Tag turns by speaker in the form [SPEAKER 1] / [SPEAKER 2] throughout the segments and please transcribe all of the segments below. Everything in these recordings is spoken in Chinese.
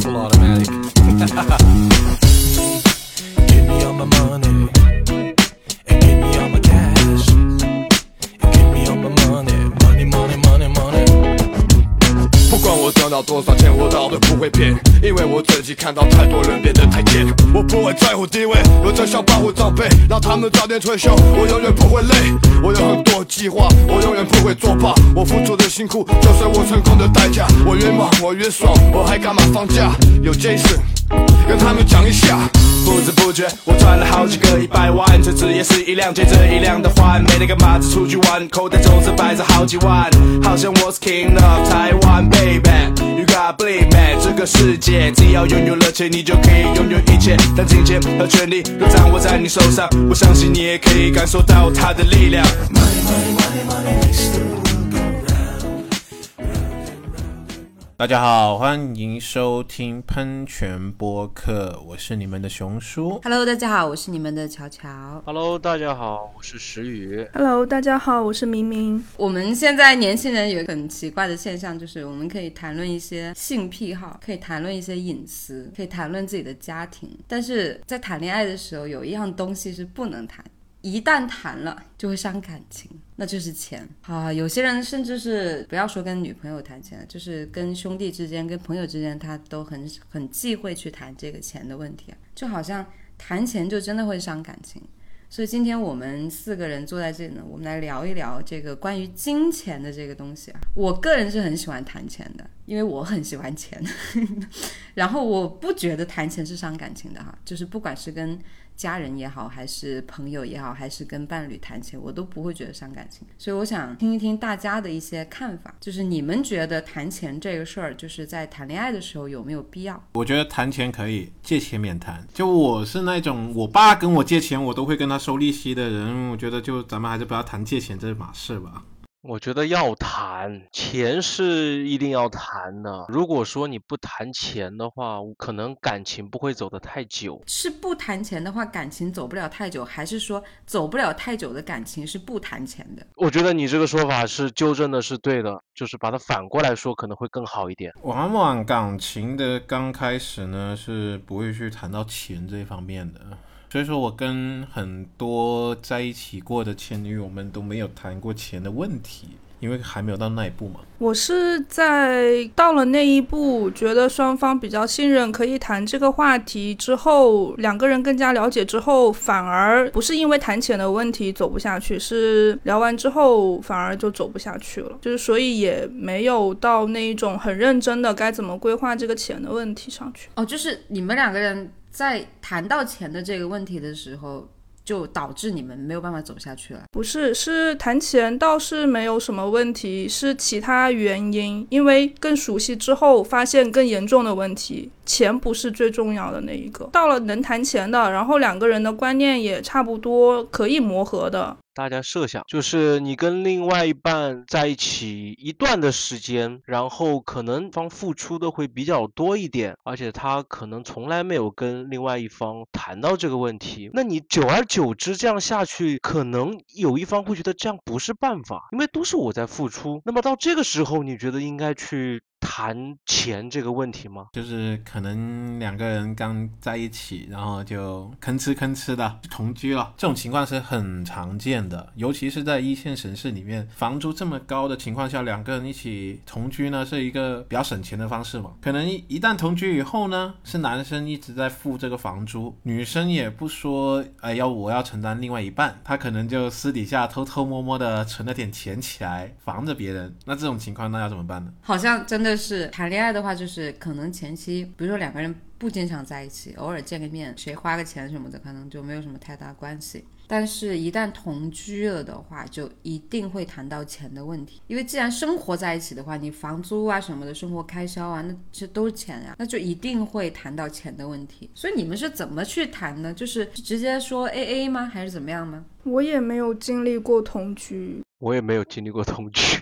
[SPEAKER 1] full automatic. give me all my money. And give me all my cash. And give me all my money. Money, money, money, money.
[SPEAKER 2] 不管我赚到多少钱，我脑袋不会变，因为我自己看到太多人变得太贱。我不会在乎地位，我只想保护罩杯，让他们早点退休。我永远不会累，我有很多计划，我永远不会作罢。我付出的辛苦就是我成功的代价。我越忙我越爽，我还干嘛放假？有 Jason，跟他们讲一下。
[SPEAKER 3] 不知不觉，我赚了好几个一百万，这职业是一辆接着一辆的换，每天跟马子出去玩，口袋总是摆着好几万，好像我是 King of 台湾 baby，You got believe man，这个世界只要拥有热情，你就可以拥有一切，但金钱和权力都掌握在你手上，我相信你也可以感受到它的力量。
[SPEAKER 4] 大家好，欢迎收听喷泉播客，我是你们的熊叔。
[SPEAKER 5] Hello，大家好，我是你们的乔乔。
[SPEAKER 6] Hello，大家好，我是石宇。
[SPEAKER 7] Hello，大家好，我是明明。
[SPEAKER 5] 我们现在年轻人有一个很奇怪的现象，就是我们可以谈论一些性癖好，可以谈论一些隐私，可以谈论自己的家庭，但是在谈恋爱的时候，有一样东西是不能谈，一旦谈了就会伤感情，那就是钱啊。有些人甚至是不要说跟女朋友谈钱，就是跟兄弟之间、跟朋友之间，他都很很忌讳去谈这个钱的问题啊，就好像谈钱就真的会伤感情。所以今天我们四个人坐在这里呢，我们来聊一聊这个关于金钱的这个东西啊。我个人是很喜欢谈钱的，因为我很喜欢钱， 然后我不觉得谈钱是伤感情的哈，就是不管是跟家人也好，还是朋友也好，还是跟伴侣谈钱，我都不会觉得伤感情。所以我想听一听大家的一些看法，就是你们觉得谈钱这个事儿，就是在谈恋爱的时候有没有必要？
[SPEAKER 4] 我觉得谈钱可以，借钱免谈。就我是那种，我爸跟我借钱，我都会跟他收利息的人。我觉得就咱们还是不要谈借钱这码事吧。
[SPEAKER 6] 我觉得要谈钱是一定要谈的。如果说你不谈钱的话，可能感情不会走得太久。
[SPEAKER 5] 是不谈钱的话，感情走不了太久，还是说走不了太久的感情是不谈钱的？
[SPEAKER 6] 我觉得你这个说法是纠正的，是对的，就是把它反过来说可能会更好一点。
[SPEAKER 4] 往往感情的刚开始呢，是不会去谈到钱这一方面的。所以说我跟很多在一起过的前女友们都没有谈过钱的问题，因为还没有到那一步嘛。
[SPEAKER 7] 我是在到了那一步，觉得双方比较信任，可以谈这个话题之后，两个人更加了解之后，反而不是因为谈钱的问题走不下去，是聊完之后反而就走不下去了，就是所以也没有到那一种很认真的该怎么规划这个钱的问题上去。
[SPEAKER 5] 哦，就是你们两个人在谈到钱的这个问题的时候，就导致你们没有办法走下去了。
[SPEAKER 7] 不是，是谈钱倒是没有什么问题，是其他原因。因为更熟悉之后，发现更严重的问题，钱不是最重要的那一个。到了能谈钱的，然后两个人的观念也差不多，可以磨合的。
[SPEAKER 6] 大家设想，就是你跟另外一半在一起一段的时间，然后可能方付出的会比较多一点，而且他可能从来没有跟另外一方谈到这个问题。那你久而久之这样下去，可能有一方会觉得这样不是办法，因为都是我在付出。那么到这个时候，你觉得应该去谈钱这个问题吗？
[SPEAKER 4] 就是可能两个人刚在一起，然后就吭哧吭哧的同居了，这种情况是很常见的，尤其是在一线城市里面，房租这么高的情况下，两个人一起同居呢，是一个比较省钱的方式嘛。可能一一旦同居以后呢，是男生一直在付这个房租，女生也不说，哎，要我要承担另外一半，她可能就私底下偷偷摸摸的存了点钱起来，防着别人。那这种情况，那要怎么办呢？
[SPEAKER 5] 好像真的是谈恋爱的话，就是可能前期，比如说两个人不经常在一起，偶尔见个面，谁花个钱什么的，可能就没有什么太大关系。但是，一旦同居了的话，就一定会谈到钱的问题，因为既然生活在一起的话，你房租啊什么的，生活开销啊，那这都是钱呀、那就一定会谈到钱的问题。所以你们是怎么去谈呢？就是直接说 A A 吗？还是怎么样吗？
[SPEAKER 7] 我也没有经历过同居，
[SPEAKER 6] 我也没有经历过同居。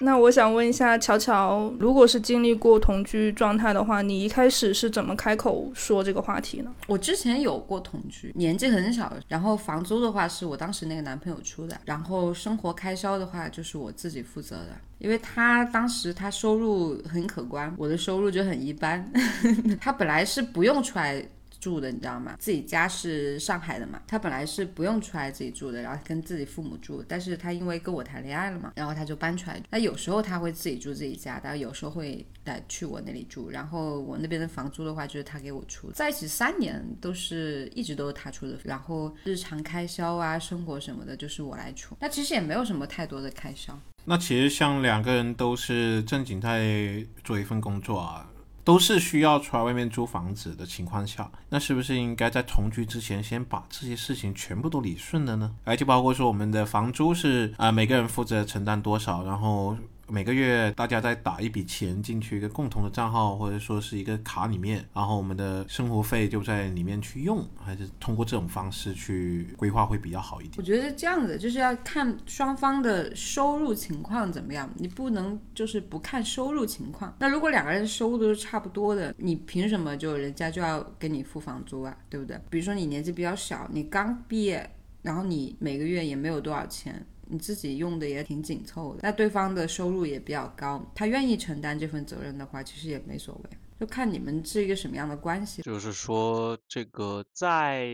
[SPEAKER 7] 那我想问一下乔乔，如果是经历过同居状态的话，你一开始是怎么开口说这个话题呢？
[SPEAKER 5] 我之前有过同居，年纪很小，然后房租的话是我当时那个男朋友出的，然后生活开销的话就是我自己负责的，因为他当时他收入很可观，我的收入就很一般， 他本来是不用出来。住的你知道吗？自己家是上海的嘛，他本来是不用出来自己住的，然后跟自己父母住，但是他因为跟我谈恋爱了嘛，然后他就搬出来。那有时候他会自己住自己家，但有时候会来去我那里住。然后我那边的房租的话，就是他给我出。在一起三年都是一直都是他出的，然后日常开销啊、生活什么的，就是我来出。那其实也没有什么太多的开销。
[SPEAKER 4] 那其实像两个人都是正经在做一份工作啊，都是需要出来外面租房子的情况下，那是不是应该在同居之前先把这些事情全部都理顺了呢？哎，就包括说我们的房租是啊、呃每个人负责承担多少，然后。每个月大家再打一笔钱进去一个共同的账号，或者说是一个卡里面，然后我们的生活费就在里面去用，还是通过这种方式去规划会比较好一点
[SPEAKER 5] 我。觉得是这样子，就是要看双方的收入情况怎么样，你不能就是不看收入情况。那如果两个人收入都是差不多的，你凭什么就人家就要给你付房租啊？对不对？比如说你年纪比较小，你刚毕业，然后你每个月也没有多少钱。你自己用的也挺紧凑的，那对方的收入也比较高，他愿意承担这份责任的话，其实也没所谓，就看你们是一个什么样的关系。
[SPEAKER 6] 就是说，这个在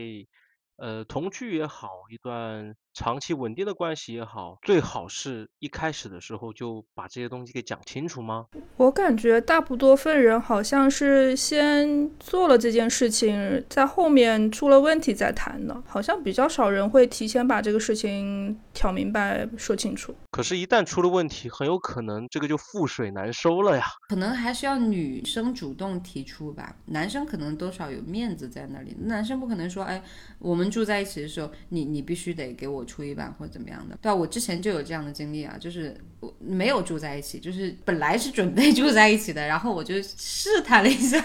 [SPEAKER 6] 呃同居也好，一段长期稳定的关系也好，最好是一开始的时候就把这些东西给讲清楚吗？
[SPEAKER 7] 我感觉大部多分人好像是先做了这件事情，在后面出了问题再谈的，好像比较少人会提前把这个事情挑明白、说清楚。
[SPEAKER 6] 可是，一旦出了问题，很有可能这个就覆水难收了呀。
[SPEAKER 5] 可能还是要女生主动提出吧，男生可能多少有面子在那里，男生不可能说，哎，我们住在一起的时候，你你必须得给我出一半或者怎么样的。对、啊，我之前就有这样的经历啊，就是我没有住在一起，就是本来是准备住在一起的，然后我就试探了一下，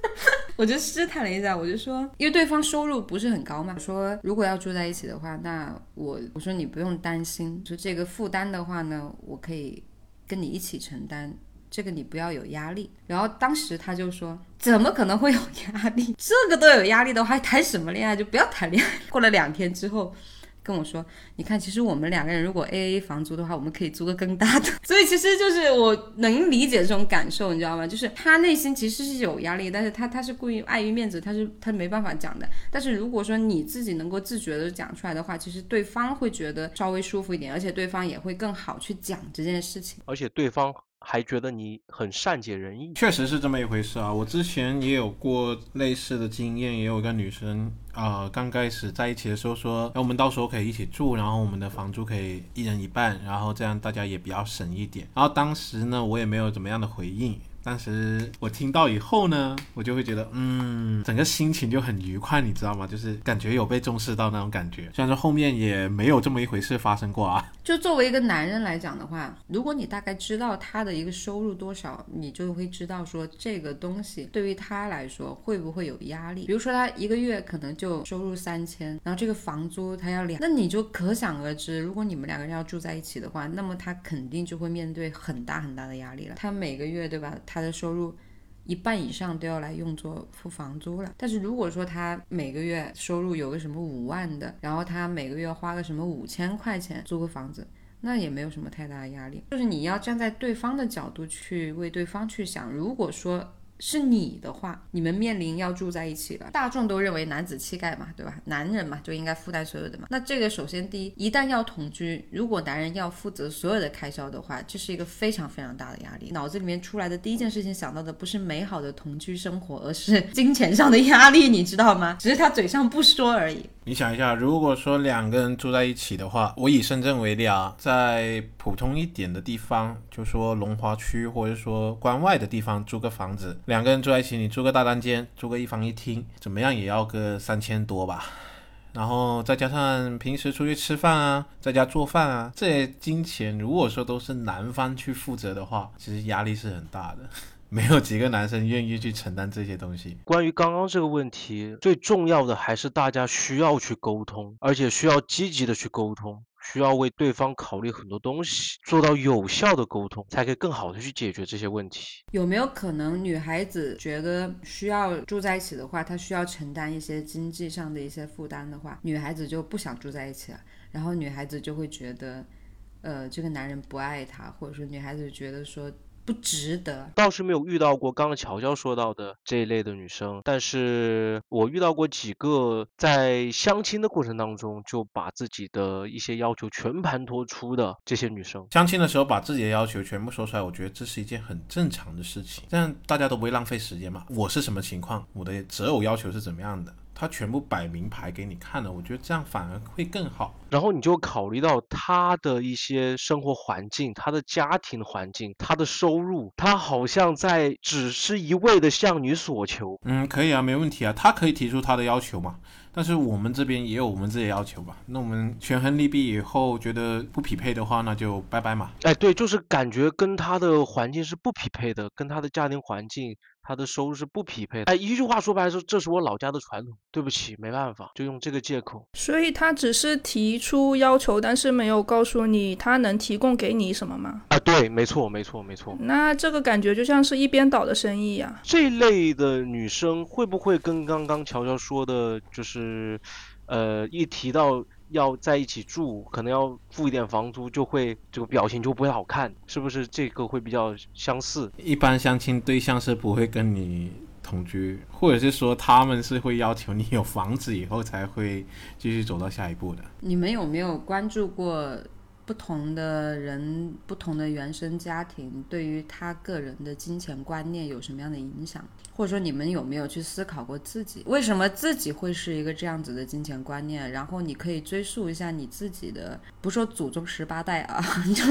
[SPEAKER 5] 我就试探了一下，我就说，因为对方收入不是很高嘛，我说如果要住在一起的话，那我我说你不用担心，就这个负担的话呢，我可以跟你一起承担。这个你不要有压力。然后当时他就说，怎么可能会有压力？ 这个都有压力的话，还谈什么恋爱？就不要谈恋爱。过了两天之后。跟我说，你看，其实我们两个人如果 A A 房租的话，我们可以租个更大的。 所以其实就是我能理解这种感受，你知道吗？就是他内心其实是有压力，但是他他是故意碍于面子，他是他没办法讲的。但是如果说你自己能够自觉的讲出来的话，其实对方会觉得稍微舒服一点，而且对方也会更好去讲这件事情。
[SPEAKER 6] 而且对方还觉得你很善解人意。
[SPEAKER 4] 确实是这么一回事啊！我之前也有过类似的经验，也有一个女生啊、呃刚开始在一起的时候说，哎，我们到时候可以一起住，然后我们的房租可以一人一半，然后这样大家也比较省一点。然后当时呢，我也没有怎么样的回应。当时我听到以后呢，我就会觉得，嗯，整个心情就很愉快，你知道吗？就是感觉有被重视到那种感觉。虽然说后面也没有这么一回事发生过啊，
[SPEAKER 5] 就作为一个男人来讲的话，如果你大概知道他的一个收入多少，你就会知道说这个东西对于他来说会不会有压力。比如说他一个月可能就收入三千，然后这个房租他要两，那你就可想而知，如果你们两个人要住在一起的话，那么他肯定就会面对很大很大的压力了。他每个月对吧，他的收入。一半以上都要来用作付房租了。但是如果说他每个月收入有个什么五万的，然后他每个月花个什么五千块钱租个房子，那也没有什么太大的压力。就是你要站在对方的角度去为对方去想，如果说。是你的话，你们面临要住在一起了。大众都认为男子气概嘛，对吧？男人嘛就应该负担所有的嘛。那这个首先第一，一旦要同居，如果男人要负责所有的开销的话，这是一个非常非常大的压力。脑子里面出来的第一件事情想到的不是美好的同居生活，而是金钱上的压力，你知道吗？只 是他嘴上不说而已。
[SPEAKER 4] 你想一下，如果说两个人住在一起的话，我以深圳为例啊，在普通一点的地方，就说龙华区或者说关外的地方租个房子，两个人住在一起，你租个大单间，租个一房一厅，怎么样也要个三千多吧。然后再加上平时出去吃饭啊，在家做饭啊，这些金钱如果说都是男方去负责的话，其实压力是很大的，没有几个男生愿意去承担这些东西。
[SPEAKER 6] 关于刚刚这个问题，最重要的还是大家需要去沟通，而且需要积极的去沟通。需要为对方考虑很多东西，做到有效的沟通，才可以更好的去解决这些问题。
[SPEAKER 5] 有没有可能女孩子觉得需要住在一起的话，她需要承担一些经济上的一些负担的话，女孩子就不想住在一起了，然后女孩子就会觉得，呃，这个男人不爱她，或者说女孩子觉得说不值得，
[SPEAKER 6] 倒是没有遇到过刚刚乔乔说到的这一类的女生，但是我遇到过几个在相亲的过程当中就把自己的一些要求全盘托出的这些女生。
[SPEAKER 4] 相亲的时候把自己的要求全部说出来，我觉得这是一件很正常的事情，这样大家都不会浪费时间嘛。我是什么情况，我的择偶要求是怎么样的，他全部摆明牌给你看了，我觉得这样反而会更好。
[SPEAKER 6] 然后你就考虑到他的一些生活环境、他的家庭环境、他的收入，他好像在只是一味的向你索求。
[SPEAKER 4] 嗯，可以啊，没问题啊，他可以提出他的要求嘛，但是我们这边也有我们自己的要求吧。那我们权衡利弊以后，觉得不匹配的话，那就拜拜嘛。
[SPEAKER 6] 哎，对，就是感觉跟他的环境是不匹配的，跟他的家庭环境、他的收入是不匹配的。哎，一句话说白了，这是我老家的传统，对不起，没办法，就用这个借口。
[SPEAKER 7] 所以他只是提出要求，但是没有告诉你他能提供给你什么吗？
[SPEAKER 6] 啊，对，没错，没错，没错。
[SPEAKER 7] 那这个感觉就像是一边倒的生意呀、
[SPEAKER 6] 这类的女生会不会跟刚刚乔乔说的，就是，呃，一提到要在一起住，可能要付一点房租，就会这个表情就不会好看，是不是这个会比较相似？
[SPEAKER 4] 一般相亲对象是不会跟你同居，或者是说他们是会要求你有房子以后才会继续走到下一步的。
[SPEAKER 5] 你们有没有关注过不同的人、不同的原生家庭对于他个人的金钱观念有什么样的影响？或者说，你们有没有去思考过自己为什么自己会是一个这样子的金钱观念？然后你可以追溯一下你自己的，不说祖宗十八代啊， 就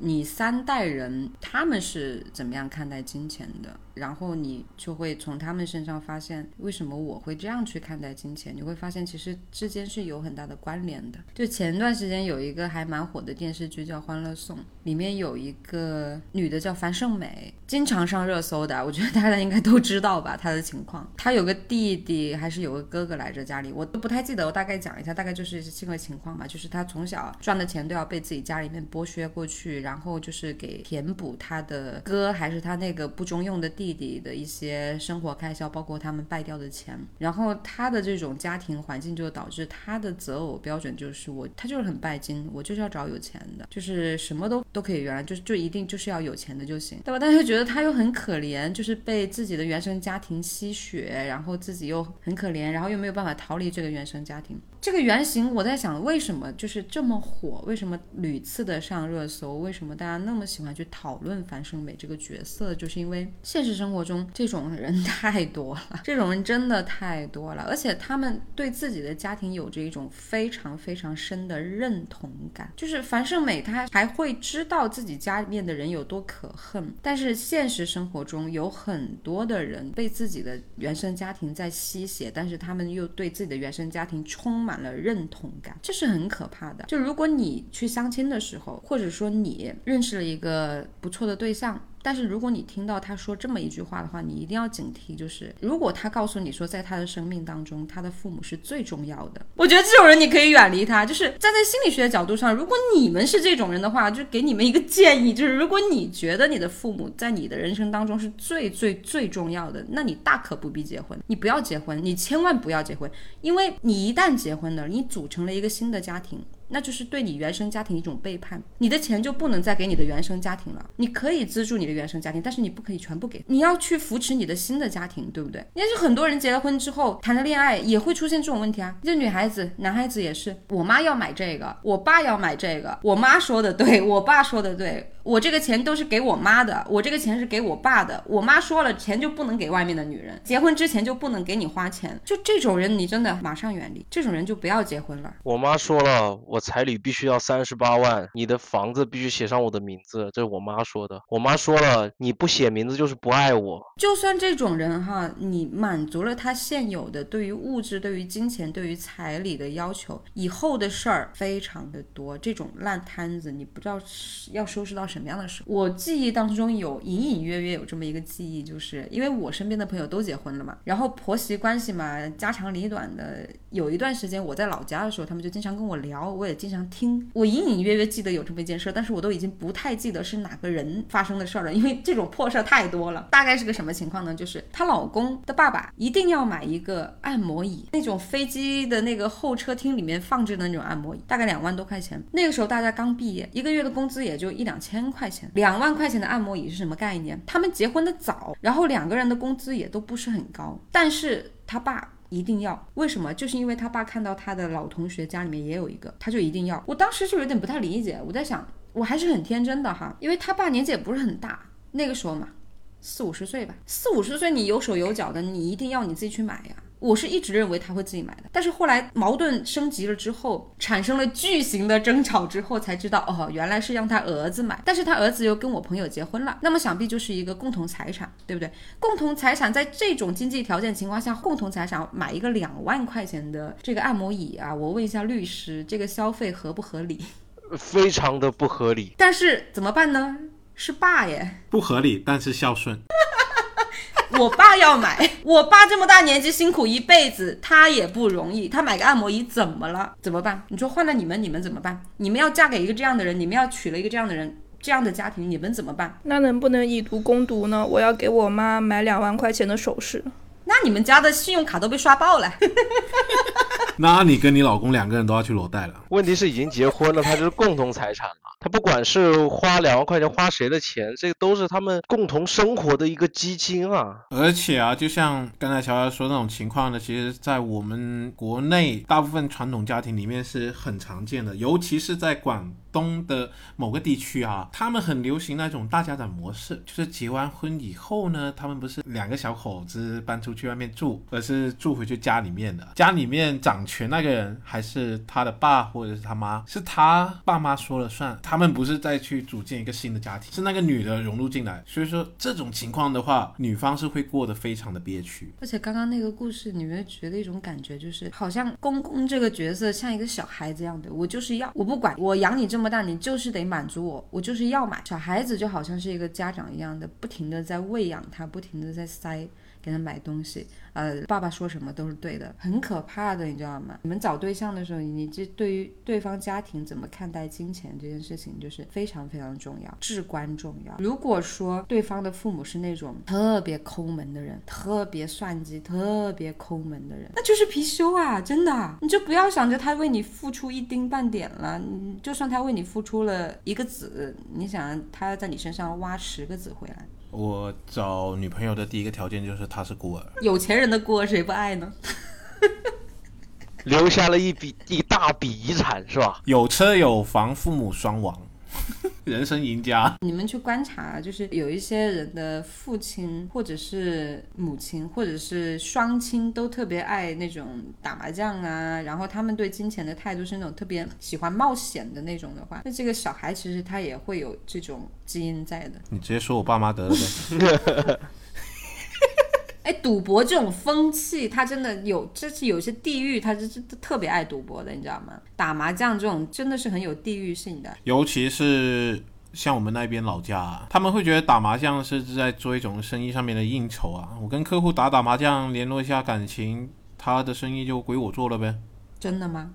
[SPEAKER 5] 你三代人他们是怎么样看待金钱的？然后你就会从他们身上发现，为什么我会这样去看待金钱？你会发现其实之间是有很大的关联的。就前段时间有一个还蛮火的电视剧叫《欢乐颂》，里面有一个女的叫樊胜美，经常上热搜的，我觉得大家应该都知道吧她的情况。她有个弟弟还是有个哥哥来着家里，我都不太记得，我大概讲一下，大概就是这个情况吧。就是她从小赚的钱都要被自己家里面剥削过去，然后就是给填补她的哥还是她那个不中用的弟弟的一些生活开销，包括他们败掉的钱。然后她的这种家庭环境就导致她的择偶标准就是我，她就是很拜金，我就是要找有钱的，就是什么都都可以，原来就就一定就是要有钱的就行，对吧？但是又觉得她又很可怜，就是被自己的原生家庭吸血，然后自己又很可怜，然后又没有办法逃离这个原生家庭。这个原型我在想，为什么就是这么火？为什么屡次的上热搜？为什么大家那么喜欢去讨论樊胜美这个角色？就是因为现实生活中这种人太多了，这种人真的太多了，而且他们对自己的家庭有着一种非常非常深的认同感。就是樊胜美，她还会知道自己家里面的人有多可恨，但是现实生活中有很多的人被自己的原生家庭在吸血，但是他们又对自己的原生家庭充满了认同感，这是很可怕的。就如果你去相亲的时候，或者说你认识了一个不错的对象。但是如果你听到他说这么一句话的话，你一定要警惕，就是如果他告诉你说，在他的生命当中，他的父母是最重要的，我觉得这种人你可以远离他。就是站在心理学的角度上，如果你们是这种人的话，就给你们一个建议，就是如果你觉得你的父母在你的人生当中是最最最重要的，那你大可不必结婚，你不要结婚，你千万不要结婚，因为你一旦结婚了，你组成了一个新的家庭，那就是对你原生家庭一种背叛。你的钱就不能再给你的原生家庭了，你可以资助你的原生家庭，但是你不可以全部给，你要去扶持你的新的家庭，对不对？但是很多人结了婚之后谈了恋爱也会出现这种问题啊，这女孩子、男孩子也是，我妈要买这个，我爸要买这个，我妈说的对， 我爸说的对，我这个钱都是给我妈的，我这个钱是给我爸的。我妈说了，钱就不能给外面的女人，结婚之前就不能给你花钱。就这种人，你真的马上远离，这种人就不要结婚了。
[SPEAKER 6] 我妈说了，我彩礼必须要三十八万，你的房子必须写上我的名字，这是我妈说的。我妈说了，你不写名字就是不爱我。
[SPEAKER 5] 就算这种人哈，你满足了他现有的对于物质、对于金钱、对于彩礼的要求，以后的事儿非常的多。这种烂摊子，你不知道是要收拾到什么样的时候。我记忆当中有隐隐约约有这么一个记忆，就是因为我身边的朋友都结婚了嘛，然后婆媳关系嘛，家长里短的有一段时间我在老家的时候，他们就经常跟我聊，我也经常听。我隐隐约约记得有这么一件事，但是我都已经不太记得是哪个人发生的事儿了，因为这种破事儿太多了。大概是个什么情况呢？就是她老公的爸爸一定要买一个按摩椅，那种飞机的那个候车厅里面放置的那种按摩椅，大概两万多块钱。那个时候大家刚毕业，一个月的工资也就一两千块钱，两万块钱的按摩椅是什么概念？他们结婚的早，然后两个人的工资也都不是很高，但是他爸一定要，为什么？就是因为他爸看到他的老同学家里面也有一个，他就一定要。我当时就有点不太理解，我在想，我还是很天真的哈，因为他爸年纪也不是很大，那个时候嘛，四五十岁吧，四五十岁你有手有脚的，你一定要你自己去买呀。我是一直认为他会自己买的，但是后来矛盾升级了之后，产生了巨型的争吵之后，才知道哦，原来是让他儿子买，但是他儿子又跟我朋友结婚了，那么想必就是一个共同财产，对不对？共同财产在这种经济条件情况下，共同财产买一个两万块钱的这个按摩椅啊，我问一下律师，这个消费合不合理？
[SPEAKER 6] 非常的不合理。
[SPEAKER 5] 但是怎么办呢？是爸耶，
[SPEAKER 4] 不合理，但是孝顺。
[SPEAKER 5] 我爸要买，我爸这么大年纪辛苦一辈子，他也不容易，他买个按摩椅怎么了？怎么办？你说换了你们，你们怎么办？你们要嫁给一个这样的人，你们要娶了一个这样的人，这样的家庭，你们怎么办？
[SPEAKER 7] 那能不能以毒攻毒呢？我要给我妈买两万块钱的首饰。
[SPEAKER 5] 那你们家的信用卡都被刷爆了。
[SPEAKER 4] 那你跟你老公两个人都要去裸贷了，
[SPEAKER 6] 问题是已经结婚了，他就是共同财产了。他不管是花两万块钱花谁的钱，这都是他们共同生活的一个基金啊。
[SPEAKER 4] 而且啊，就像刚才乔乔说那种情况呢，其实，在我们国内大部分传统家庭里面是很常见的，尤其是在广东的某个地区啊，他们很流行那种大家长模式，就是结完婚以后呢，他们不是两个小口子搬出去外面住，而是住回去家里面的，家里面掌权那个人还是他的爸或者是他妈，是他爸妈说了算，他们不是再去组建一个新的家庭，是那个女的融入进来，所以说这种情况的话，女方是会过得非常的憋屈。
[SPEAKER 5] 而且刚刚那个故事，你有没有觉得一种感觉，就是好像公公这个角色像一个小孩子一样的，我就是要，我不管，我养你这么大，你就是得满足我，我就是要买。小孩子就好像是一个家长一样的，不停的在喂养他，不停的在塞。给他买东西，呃，爸爸说什么都是对的，很可怕的，你知道吗？你们找对象的时候，你这对于对方家庭怎么看待金钱这件事情，就是非常非常重要，至关重要。如果说对方的父母是那种特别抠门的人，特别算计、特别抠门的人，那就是貔貅啊，真的，你就不要想着他为你付出一丁半点了，你就算他为你付出了一个子，你想他在你身上挖十个子回来，
[SPEAKER 4] 我找女朋友的第一个条件就是她是孤儿，
[SPEAKER 5] 有钱人的锅谁不爱呢？
[SPEAKER 6] 留下了一笔一大笔遗产是吧？
[SPEAKER 4] 有车有房，父母双亡， 人生赢家。
[SPEAKER 5] 你们去观察，就是有一些人的父亲或者是母亲或者是双亲都特别爱那种打麻将啊，然后他们对金钱的态度是那种特别喜欢冒险的那种的话，那这个小孩其实他也会有这种基因在的。
[SPEAKER 4] 你直接说我爸妈得了呗。
[SPEAKER 5] 哎，赌博这种风气，他真的有，这是有些地域，他是特别爱赌博的，你知道吗？打麻将这种真的是很有地域性的。
[SPEAKER 4] 尤其是像我们那边老家、啊，他们会觉得打麻将是在做一种生意上面的应酬啊。我跟客户打打麻将，联络一下感情，他的生意就归我做了呗。
[SPEAKER 5] 真的吗？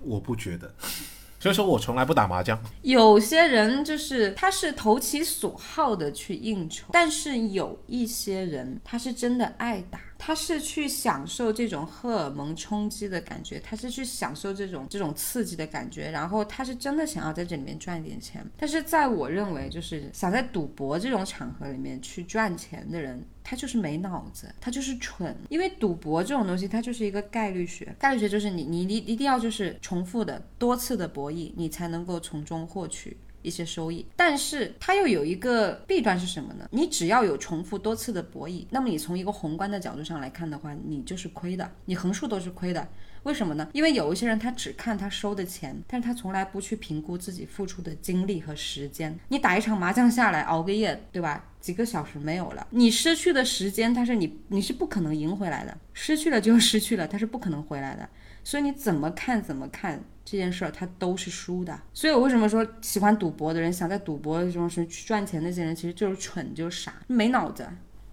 [SPEAKER 4] 我不觉得， 所以说我从来不打麻将。
[SPEAKER 5] 有些人就是他是投其所好的去应酬，但是有一些人他是真的爱打，他是去享受这种荷尔蒙冲击的感觉，他是去享受这种这种刺激的感觉，然后他是真的想要在这里面赚一点钱。但是在我认为，就是想在赌博这种场合里面去赚钱的人。他就是没脑子，他就是蠢。因为赌博这种东西，它就是一个概率学。概率学就是你你你一定要就是重复的多次的博弈，你才能够从中获取一些收益。但是它又有一个弊端是什么呢？你只要有重复多次的博弈，那么你从一个宏观的角度上来看的话，你就是亏的，你横竖都是亏的。为什么呢？因为有一些人他只看他收的钱，但是他从来不去评估自己付出的精力和时间。你打一场麻将下来，熬个夜，对吧？几个小时没有了，你失去的时间，它是你你是不可能赢回来的，失去了就失去了，它是不可能回来的。所以你怎么看怎么看这件事儿，它都是输的。所以我为什么说喜欢赌博的人，想在赌博中去赚钱那些人，其实就是蠢，就是傻，没脑子。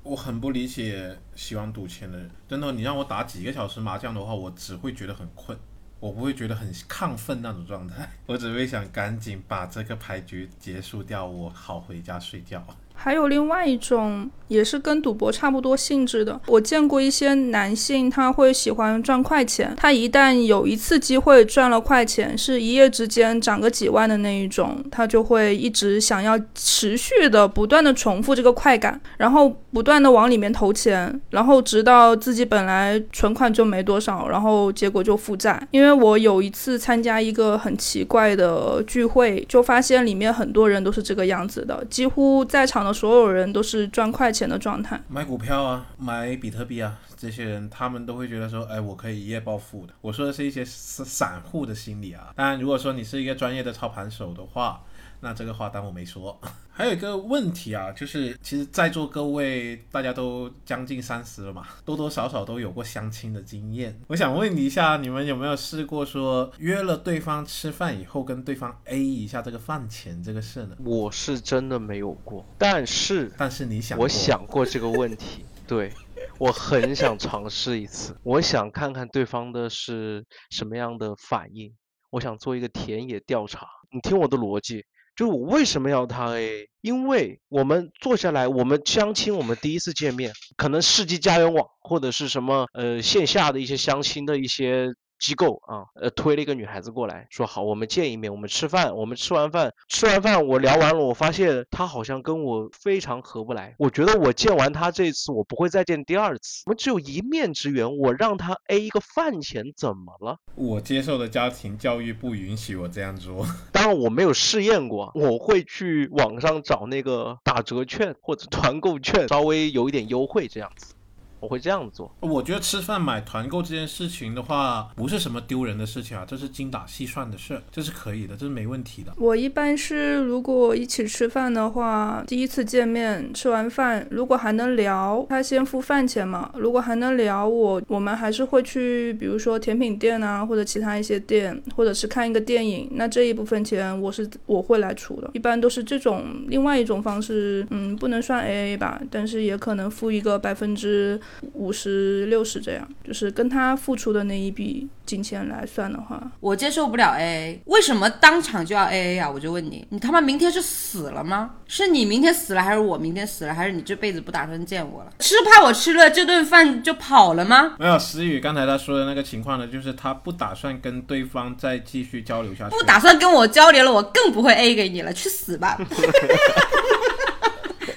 [SPEAKER 4] 我很不理解喜欢赌钱的人。真的，你让我打几个小时麻将的话，我只会觉得很困，我不会觉得很亢奋那种状态，我只会想赶紧把这个牌局结束掉，我好回家睡觉。
[SPEAKER 7] 还有另外一种也是跟赌博差不多性质的，我见过一些男性他会喜欢赚快钱，他一旦有一次机会赚了快钱，是一夜之间涨个几万的那一种，他就会一直想要持续的不断的重复这个快感，然后不断的往里面投钱，然后直到自己本来存款就没多少，然后结果就负债。因为我有一次参加一个很奇怪的聚会，就发现里面很多人都是这个样子的，几乎在场的所有人都是赚快钱的状态。
[SPEAKER 4] 买股票啊，买比特币啊，这些人他们都会觉得说，哎，我可以一夜暴富的。我说的是一些散散户的心理啊。当然，如果说你是一个专业的操盘手的话，那这个话当我没说。 还有一个问题啊，就是其实在座各位大家都将近三十了嘛，多多少少都有过相亲的经验。我想问你一下，你们有没有试过说约了对方吃饭以后跟对方 A 一下这个饭钱这个事呢？
[SPEAKER 6] 我是真的没有过，但是
[SPEAKER 4] 但是你想过，
[SPEAKER 6] 我想过这个问 题，对我很想尝试一次，我想看看对方的是什么样的反应，我想做一个田野调查。你听我的逻辑，就是我为什么要他 A？因为我们坐下来，我们相亲，我们第一次见面，可能世纪佳缘网或者是什么呃线下的一些相亲的一些机构啊，呃推了一个女孩子过来，说好我们见一面，我们吃饭，我们吃完饭，吃完饭我聊完了，我发现她好像跟我非常合不来，我觉得我见完她这一次，我不会再见第二次，我们只有一面之缘，我让她 A 一个饭钱怎么了？
[SPEAKER 4] 我接受的家庭教育不允许我这样做。
[SPEAKER 6] 当然我没有试验过，我会去网上找那个打折券或者团购券，稍微有一点优惠这样子，我会这样做。
[SPEAKER 4] 我觉得吃饭买团购这件事情的话，不是什么丢人的事情啊，这是精打细算的事儿，这是可以的，这是没问题的。
[SPEAKER 7] 我一般是如果一起吃饭的话，第一次见面吃完饭，如果还能聊，他先付饭钱嘛。如果还能聊，我我们还是会去，比如说甜品店啊，或者其他一些店，或者是看一个电影。那这一部分钱我是我会来出的，一般都是这种。另外一种方式，嗯，不能算 AA 吧，但是也可能付一个百分之五十六十这样，就是跟他付出的那一笔金钱来算的话，
[SPEAKER 5] 我接受不了 AA，为什么当场就要 AA 啊？我就问你，你他妈明天是死了吗？是你明天死了，还是我明天死了，还是你这辈子不打算见我了？是怕我吃了这顿饭就跑了吗？
[SPEAKER 4] 没有思雨刚才他说的那个情况呢，就是他不打算跟对方再继续交流下去，
[SPEAKER 5] 不打算跟我交流了，我更不会 A 给你了，去死吧！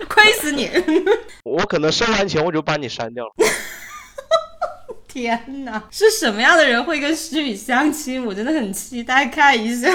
[SPEAKER 5] 亏死你！
[SPEAKER 6] 我可能收完钱我就把你删掉了。
[SPEAKER 5] 天哪，是什么样的人会跟诗雨相亲？我真的很期待看一下。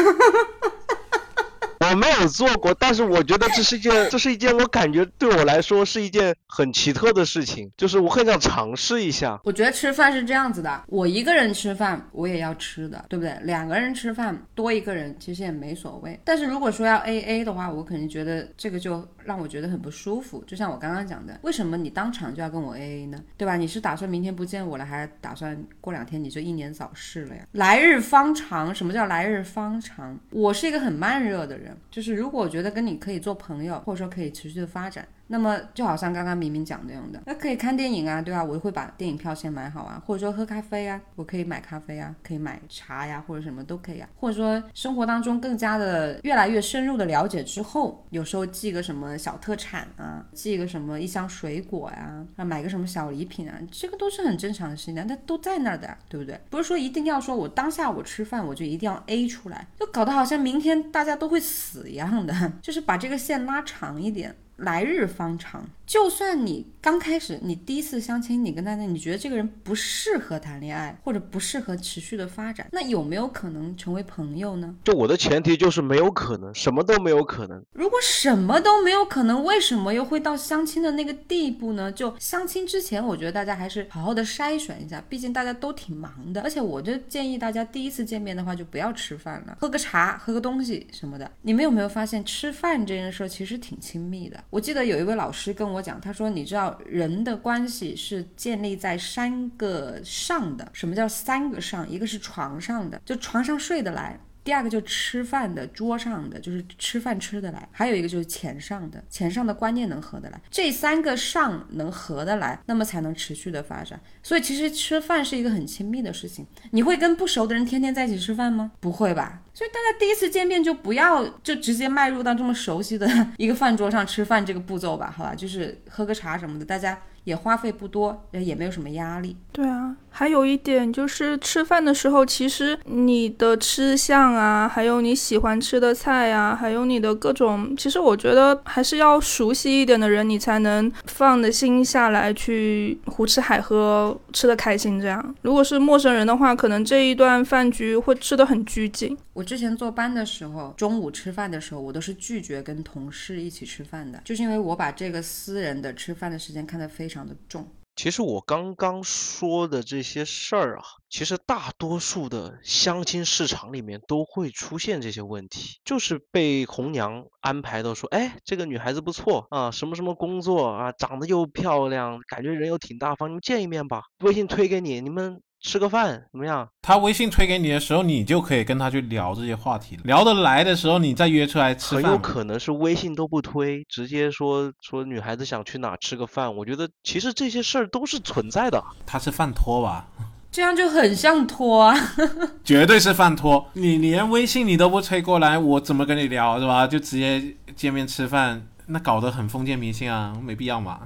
[SPEAKER 6] 我没有做过，但是我觉得这是一件，这是一件我感觉对我来说是一件很奇特的事情，就是我很想尝试一下。
[SPEAKER 5] 我觉得吃饭是这样子的，我一个人吃饭我也要吃的，对不对？两个人吃饭多一个人其实也没所谓。但是如果说要 A A 的话，我肯定觉得这个就让我觉得很不舒服。就像我刚刚讲的，为什么你当场就要跟我 A A 呢？对吧？你是打算明天不见我了，还是打算过两天你就英年早逝了呀？来日方长，什么叫来日方长？我是一个很慢热的人，就是如果我觉得跟你可以做朋友，或者说可以持续的发展，那么就好像刚刚明明讲那样的，那可以看电影啊，对吧、我会把电影票先买好啊，或者说喝咖啡啊，我可以买咖啡啊，可以买茶呀，或者什么都可以啊。或者说生活当中更加的越来越深入的了解之后，有时候寄个什么小特产啊，寄个什么一箱水果呀、啊，买个什么小礼品啊，这个都是很正常的事情的，那都在那儿的呀，对不对？不是说一定要说我当下我吃饭我就一定要 A 出来，就搞得好像明天大家都会死一样的， 就是把这个线拉长一点。来日方长。就算你刚开始，你第一次相亲，你跟他那，你觉得这个人不适合谈恋爱，或者不适合持续的发展，那有没有可能成为朋友呢？
[SPEAKER 6] 就我的前提就是没有可能，什么都没有可能。
[SPEAKER 5] 如果什么都没有可能，为什么又会到相亲的那个地步呢？就相亲之前，我觉得大家还是好好的筛选一下，毕竟大家都挺忙的。而且我就建议大家第一次见面的话，就不要吃饭了，喝个茶，喝个东西什么的。你们有没有发现吃饭这件事儿其实挺亲密的？我记得有一位老师跟我讲，他说你知道人的关系是建立在三个上的，什么叫三个上？一个是床上的，就床上睡得来。第二个就是吃饭的桌上的，就是吃饭吃得来；还有一个就是钱上的，钱上的观念能合得来。这三个上能合得来，那么才能持续的发展。所以其实吃饭是一个很亲密的事情。你会跟不熟的人天天在一起吃饭吗？不会吧。所以大家第一次见面就不要就直接迈入到这么熟悉的一个饭桌上吃饭这个步骤吧，好吧？就是喝个茶什么的，大家也花费不多，呃也没有什么压力。
[SPEAKER 7] 对啊，还有一点就是吃饭的时候，其实你的吃相啊，还有你喜欢吃的菜啊，还有你的各种，其实我觉得还是要熟悉一点的人，你才能放得心下来去胡吃海喝，吃得开心。这样，如果是陌生人的话，可能这一段饭局会吃得很拘谨。
[SPEAKER 5] 我之前坐班的时候，中午吃饭的时候，我都是拒绝跟同事一起吃饭的，就是因为我把这个私人的吃饭的时间看得非常的重。
[SPEAKER 6] 其实我刚刚说的这些事儿啊，其实大多数的相亲市场里面都会出现这些问题，就是被红娘安排到说，哎，这个女孩子不错啊，什么什么工作啊，长得又漂亮，感觉人又挺大方，你们见一面吧，微信推给你，你们吃个饭怎么样？
[SPEAKER 4] 他微信推给你的时候，你就可以跟他去聊这些话题了，聊得来的时候，你再约出来吃
[SPEAKER 6] 很
[SPEAKER 4] 饭。
[SPEAKER 6] 有可能是微信都不推，直接说说女孩子想去哪吃个饭。我觉得其实这些事儿都是存在的。啊
[SPEAKER 4] 他是饭托吧？
[SPEAKER 5] 这样就很像拖啊！
[SPEAKER 4] 绝对是饭托。你连微信你都不催过来，我怎么跟你聊是吧？就直接见面吃饭，那搞得很封建迷信啊，没必要嘛。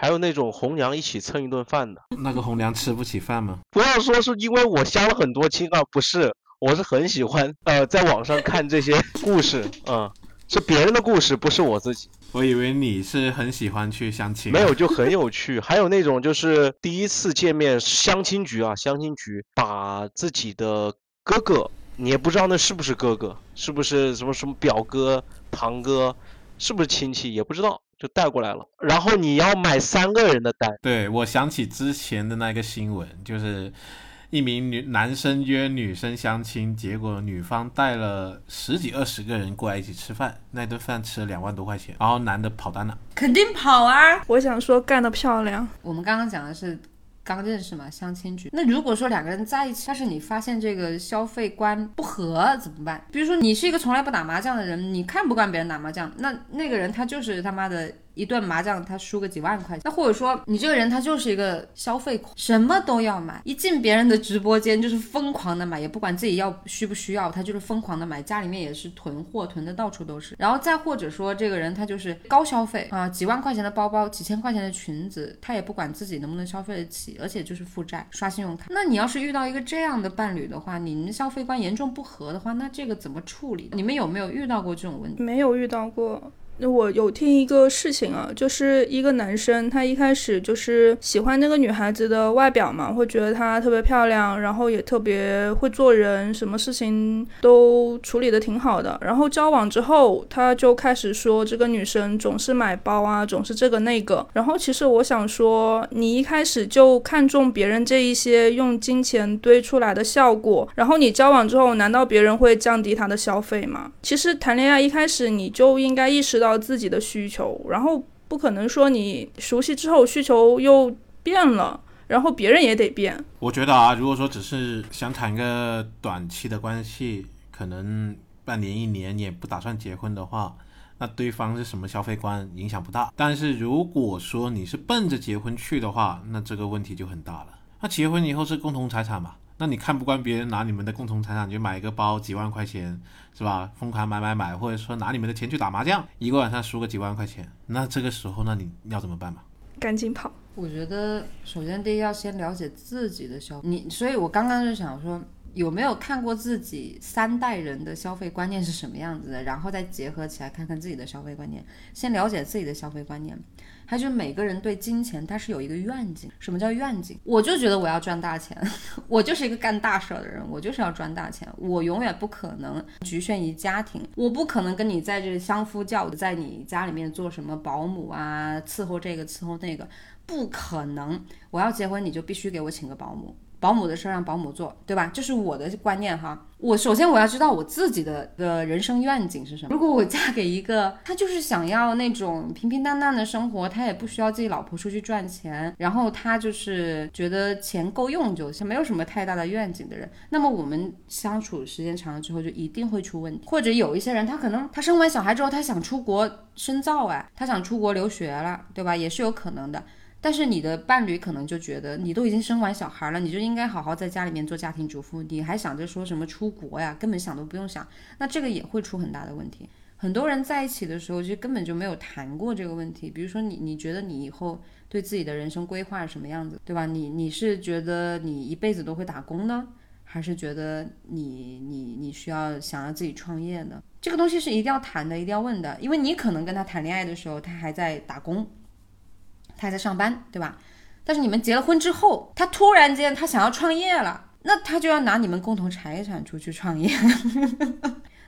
[SPEAKER 6] 还有那种红娘一起蹭一顿饭的，
[SPEAKER 4] 那个红娘吃不起饭吗？
[SPEAKER 6] 不要说是因为我相了很多亲啊，不是，我是很喜欢呃在网上看这些故事，嗯、是别人的故事，不是我自己，
[SPEAKER 4] 我以为你是很喜欢去相亲，
[SPEAKER 6] 没有就很有趣。还有那种就是第一次见面相亲局啊，相亲局把自己的哥哥，你也不知道那是不是哥哥，是不是什么什么表哥、堂哥，是不是亲戚也不知道，就带过来了。然后你要买三个人的单。
[SPEAKER 4] 对我想起之前的那个新闻，就是一名女男生约女生相亲，结果女方带了十几二十个人过来一起吃饭，那顿饭吃了两万多块钱，然后男的跑单了。
[SPEAKER 5] 肯定跑啊！
[SPEAKER 7] 我想说，干得漂亮。
[SPEAKER 5] 我们刚刚讲的是刚认识嘛，相亲局。那如果说两个人在一起，但是你发现这个消费观不合怎么办？比如说你是一个从来不打麻将的人，你看不惯别人打麻将，那那个人他就是他妈的。一顿麻将他输个几万块钱，那或者说你这个人他就是一个消费狂，什么都要买，一进别人的直播间就是疯狂的买，也不管自己要需不需要，他就是疯狂的买，家里面也是囤货，囤的到处都是。然后再或者说这个人他就是高消费啊，几万块钱的包包，几千块钱的裙子，他也不管自己能不能消费得起，而且就是负债，刷信用卡。那你要是遇到一个这样的伴侣的话，你们消费观严重不合的话，那这个怎么处理？你们有没有遇到过这种问题？
[SPEAKER 7] 没有遇到过。我有听一个事情啊，就是一个男生，他一开始就是喜欢那个女孩子的外表嘛，会觉得她特别漂亮，然后也特别会做人，什么事情都处理的挺好的。然后交往之后，他就开始说这个女生总是买包啊，总是这个那个。然后其实我想说，你一开始就看中别人这一些用金钱堆出来的效果，然后你交往之后，难道别人会降低他的消费吗？其实谈恋爱一开始你就应该意识到自己的需求，然后不可能说你熟悉之后需求又变了，然后别人也得变。
[SPEAKER 4] 我觉得啊，如果说只是想谈个短期的关系，可能半年一年也不打算结婚的话，那对方是什么消费观影响不大。但是如果说你是奔着结婚去的话，那这个问题就很大了。那结婚以后是共同财产嘛？那你看不惯别人拿你们的共同财产去买一个包几万块钱，是吧？疯狂买买买，或者说拿你们的钱去打麻将，一个晚上输个几万块钱，那这个时候那你要怎么办嘛？
[SPEAKER 7] 赶紧跑！
[SPEAKER 5] 我觉得首先第一要先了解自己的消费，你，所以我刚刚就想说。有没有看过自己三代人的消费观念是什么样子的，然后再结合起来看看自己的消费观念，先了解自己的消费观念。还有就是每个人对金钱他是有一个愿景，什么叫愿景？我就觉得我要赚大钱， 我就是一个干大事儿的人，我就是要赚大钱，我永远不可能局限于家庭，我不可能跟你在这相夫教子，在你家里面做什么保姆啊，伺候这个伺候那个，不可能。我要结婚，你就必须给我请个保姆，保姆的事儿让保姆做，对吧？这是我的观念哈。我首先我要知道我自己的的人生愿景是什么。如果我嫁给一个他就是想要那种平平淡淡的生活，他也不需要自己老婆出去赚钱，然后他就是觉得钱够用就行，没有什么太大的愿景的人，那么我们相处时间长了之后就一定会出问题。或者有一些人，他可能他生完小孩之后，他想出国深造哎，他想出国留学了，对吧？也是有可能的。但是你的伴侣可能就觉得你都已经生完小孩了，你就应该好好在家里面做家庭主妇，你还想着说什么出国呀？根本想都不用想，那这个也会出很大的问题。很多人在一起的时候，就根本就没有谈过这个问题。比如说你，你觉得你以后对自己的人生规划是什么样子，对吧？你你是觉得你一辈子都会打工呢，还是觉得你你你需要想要自己创业呢？这个东西是一定要谈的，一定要问的，因为你可能跟他谈恋爱的时候，他还在打工，他还在上班，对吧？但是你们结了婚之后，他突然间他想要创业了，那他就要拿你们共同财产出去创业，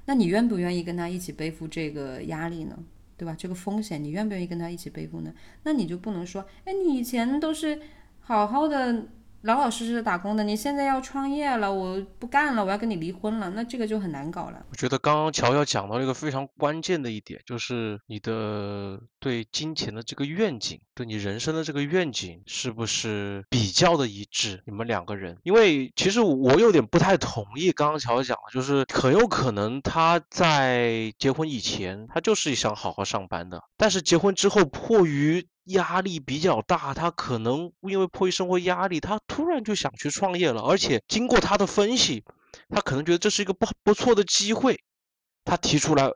[SPEAKER 5] 那你愿不愿意跟他一起背负这个压力呢？对吧？这个风险，你愿不愿意跟他一起背负呢？那你就不能说，哎，你以前都是好好的、老老实实的打工的，你现在要创业了，我不干了，我要跟你离婚了，那这个就很难搞了。
[SPEAKER 6] 我觉得刚刚乔乔讲到一个非常关键的一点，就是你的对金钱的这个愿景，对你人生的这个愿景是不是比较的一致？你们两个人，因为其实我有点不太同意刚刚乔乔讲的，就是很有可能他在结婚以前，他就是想好好上班的，但是结婚之后迫于压力比较大，他可能因为迫于生活压力，他突然就想去创业了，而且经过他的分析。他可能觉得这是一个不不错的机会，他提出来，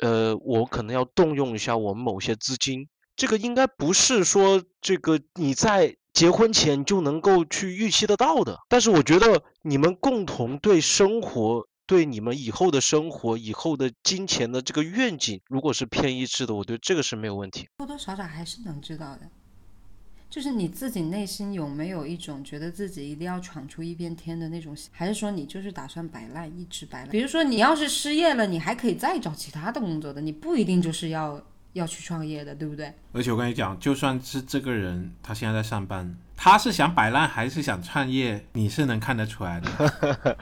[SPEAKER 6] 呃，我可能要动用一下我们某些资金。这个应该不是说这个你在结婚前就能够去预期得到的。但是我觉得你们共同对生活、对你们以后的生活、以后的金钱的这个愿景，如果是偏一致的，我觉得这个是没有问题。
[SPEAKER 5] 多多少少还是能知道的，就是你自己内心有没有一种觉得自己一定要闯出一片天的那种，还是说你就是打算摆烂，一直摆烂？比如说你要是失业了，你还可以再找其他的工作的，你不一定就是要要去创业的，对不对？
[SPEAKER 4] 而且我跟你讲，就算是这个人他现在在上班，他是想摆烂还是想创业，你是能看得出来的。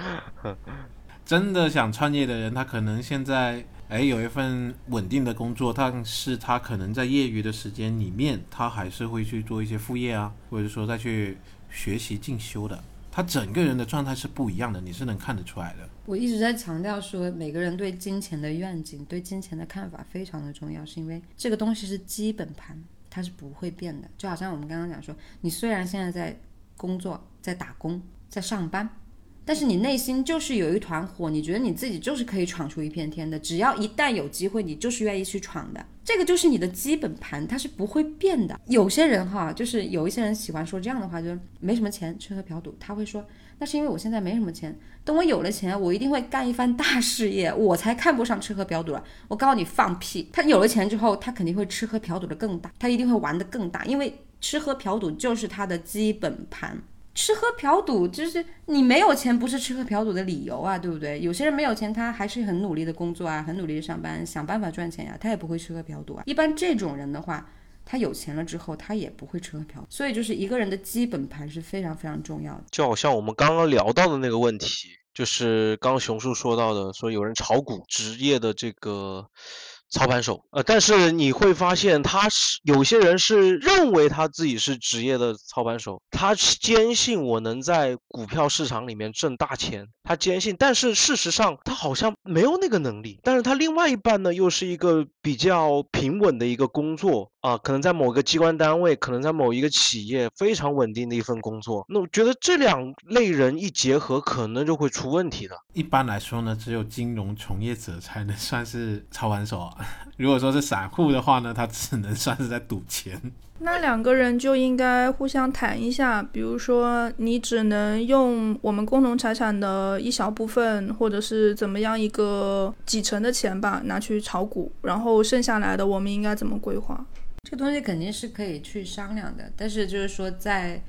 [SPEAKER 4] 真的想创业的人，他可能现在哎有一份稳定的工作，但是他可能在业余的时间里面，他还是会去做一些副业啊，或者说再去学习进修的。他整个人的状态是不一样的，你是能看得出来的。
[SPEAKER 5] 我一直在强调说，每个人对金钱的愿景、对金钱的看法非常的重要，是因为这个东西是基本盘，它是不会变的。就好像我们刚刚讲说，你虽然现在在工作、在打工、在上班，但是你内心就是有一团火，你觉得你自己就是可以闯出一片天的。只要一旦有机会，你就是愿意去闯的。这个就是你的基本盘，它是不会变的。有些人哈，就是有一些人喜欢说这样的话，就是没什么钱，吃喝嫖赌。他会说，那是因为我现在没什么钱，等我有了钱，我一定会干一番大事业，我才看不上吃喝嫖赌了。我告诉你，放屁！他有了钱之后，他肯定会吃喝嫖赌的更大，他一定会玩的更大，因为吃喝嫖赌就是他的基本盘。吃喝嫖赌就是你没有钱，不是吃喝嫖赌的理由啊，对不对？有些人没有钱，他还是很努力的工作啊，很努力的上班，想办法赚钱呀、他也不会吃喝嫖赌啊。一般这种人的话，他有钱了之后，他也不会吃喝嫖赌。所以就是一个人的基本盘是非常非常重要的。
[SPEAKER 6] 就好像我们刚刚聊到的那个问题，就是刚刚熊叔说到的，说有人炒股职业的这个操盘手，呃，但是你会发现他是有些人是认为他自己是职业的操盘手，他是坚信我能在股票市场里面挣大钱，他坚信，但是事实上他好像没有那个能力，但是他另外一半呢又是一个比较平稳的一个工作啊、可能在某个机关单位，可能在某一个企业非常稳定的一份工作，那我觉得这两类人一结合，可能就会出问题的。
[SPEAKER 4] 一般来说呢，只有金融从业者才能算是操盘手啊。 如果说是散户的话呢，他只能算是在赌钱。
[SPEAKER 7] 那两个人就应该互相谈一下，比如说你只能用我们共同财产的一小部分，或者是怎么样一个几成的钱吧，拿去炒股，然后剩下来的我们应该怎么规划？
[SPEAKER 5] 这个东西肯定是可以去商量的，但是就是说，在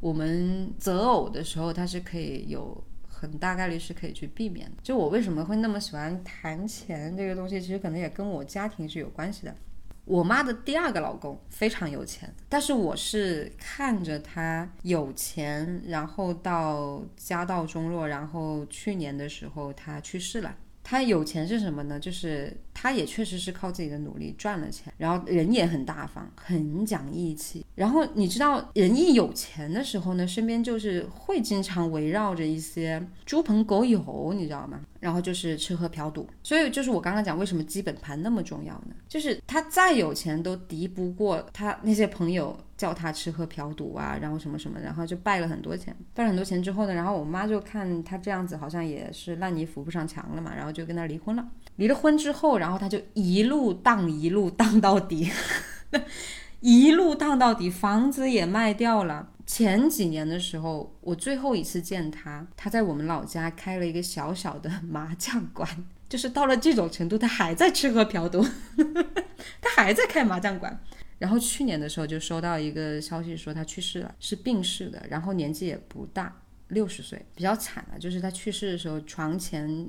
[SPEAKER 5] 我们择偶的时候，它是可以有很大概率是可以去避免的。就我为什么会那么喜欢谈钱这个东西，其实可能也跟我家庭是有关系的。我妈的第二个老公非常有钱，但是我是看着他有钱，然后到家道中落，然后去年的时候他去世了。他有钱是什么呢？就是他也确实是靠自己的努力赚了钱，然后人也很大方，很讲义气。然后你知道，人一有钱的时候呢，身边就是会经常围绕着一些猪朋狗友，你知道吗？然后就是吃喝嫖赌，所以就是我刚刚讲为什么基本盘那么重要呢？就是他再有钱都敌不过他那些朋友叫他吃喝嫖赌啊，然后什么什么，然后就败了很多钱。败了很多钱之后呢，然后我妈就看他这样子，好像也是烂泥扶不上墙了嘛，然后就跟他离婚了。离了婚之后，然后他就一路荡一路荡到底， 一路荡到底，房子也卖掉了。前几年的时候，我最后一次见他，他在我们老家开了一个小小的麻将馆，就是到了这种程度，他还在吃喝嫖赌， 他还在开麻将馆。然后去年的时候就收到一个消息说他去世了，是病逝的，然后年纪也不大，六十岁，比较惨了、就是他去世的时候床前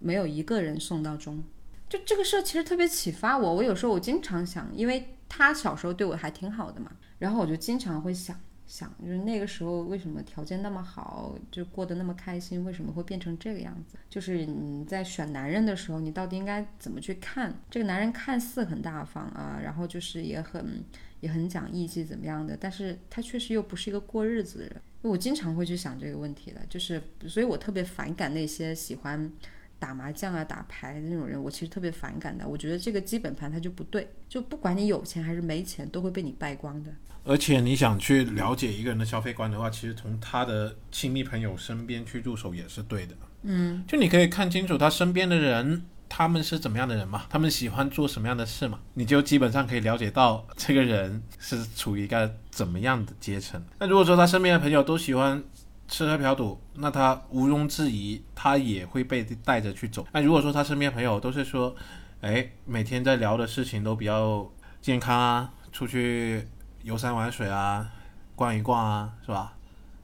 [SPEAKER 5] 没有一个人送到终。就这个事儿其实特别启发我，我有时候我经常想，因为他小时候对我还挺好的嘛，然后我就经常会想。想，就是那个时候为什么条件那么好，就过得那么开心，为什么会变成这个样子？就是你在选男人的时候，你到底应该怎么去看这个男人？看似很大方啊，然后就是也很也很讲义气怎么样的，但是他确实又不是一个过日子的人。我经常会去想这个问题的，就是所以我特别反感那些喜欢。打麻将啊、打牌的那种人，我其实特别反感的。我觉得这个基本盘它就不对，就不管你有钱还是没钱，都会被你败光的。
[SPEAKER 4] 而且你想去了解一个人的消费观的话，其实从他的亲密朋友身边去入手也是对的。嗯，就你可以看清楚他身边的人，他们是怎么样的人嘛，他们喜欢做什么样的事嘛，你就基本上可以了解到这个人是处于一个怎么样的阶层。那如果说他身边的朋友都喜欢吃喝嫖赌，那他毋庸置疑，他也会被带着去走。那如果说他身边朋友都是说，哎，每天在聊的事情都比较健康啊，出去游山玩水啊，逛一逛啊，是吧？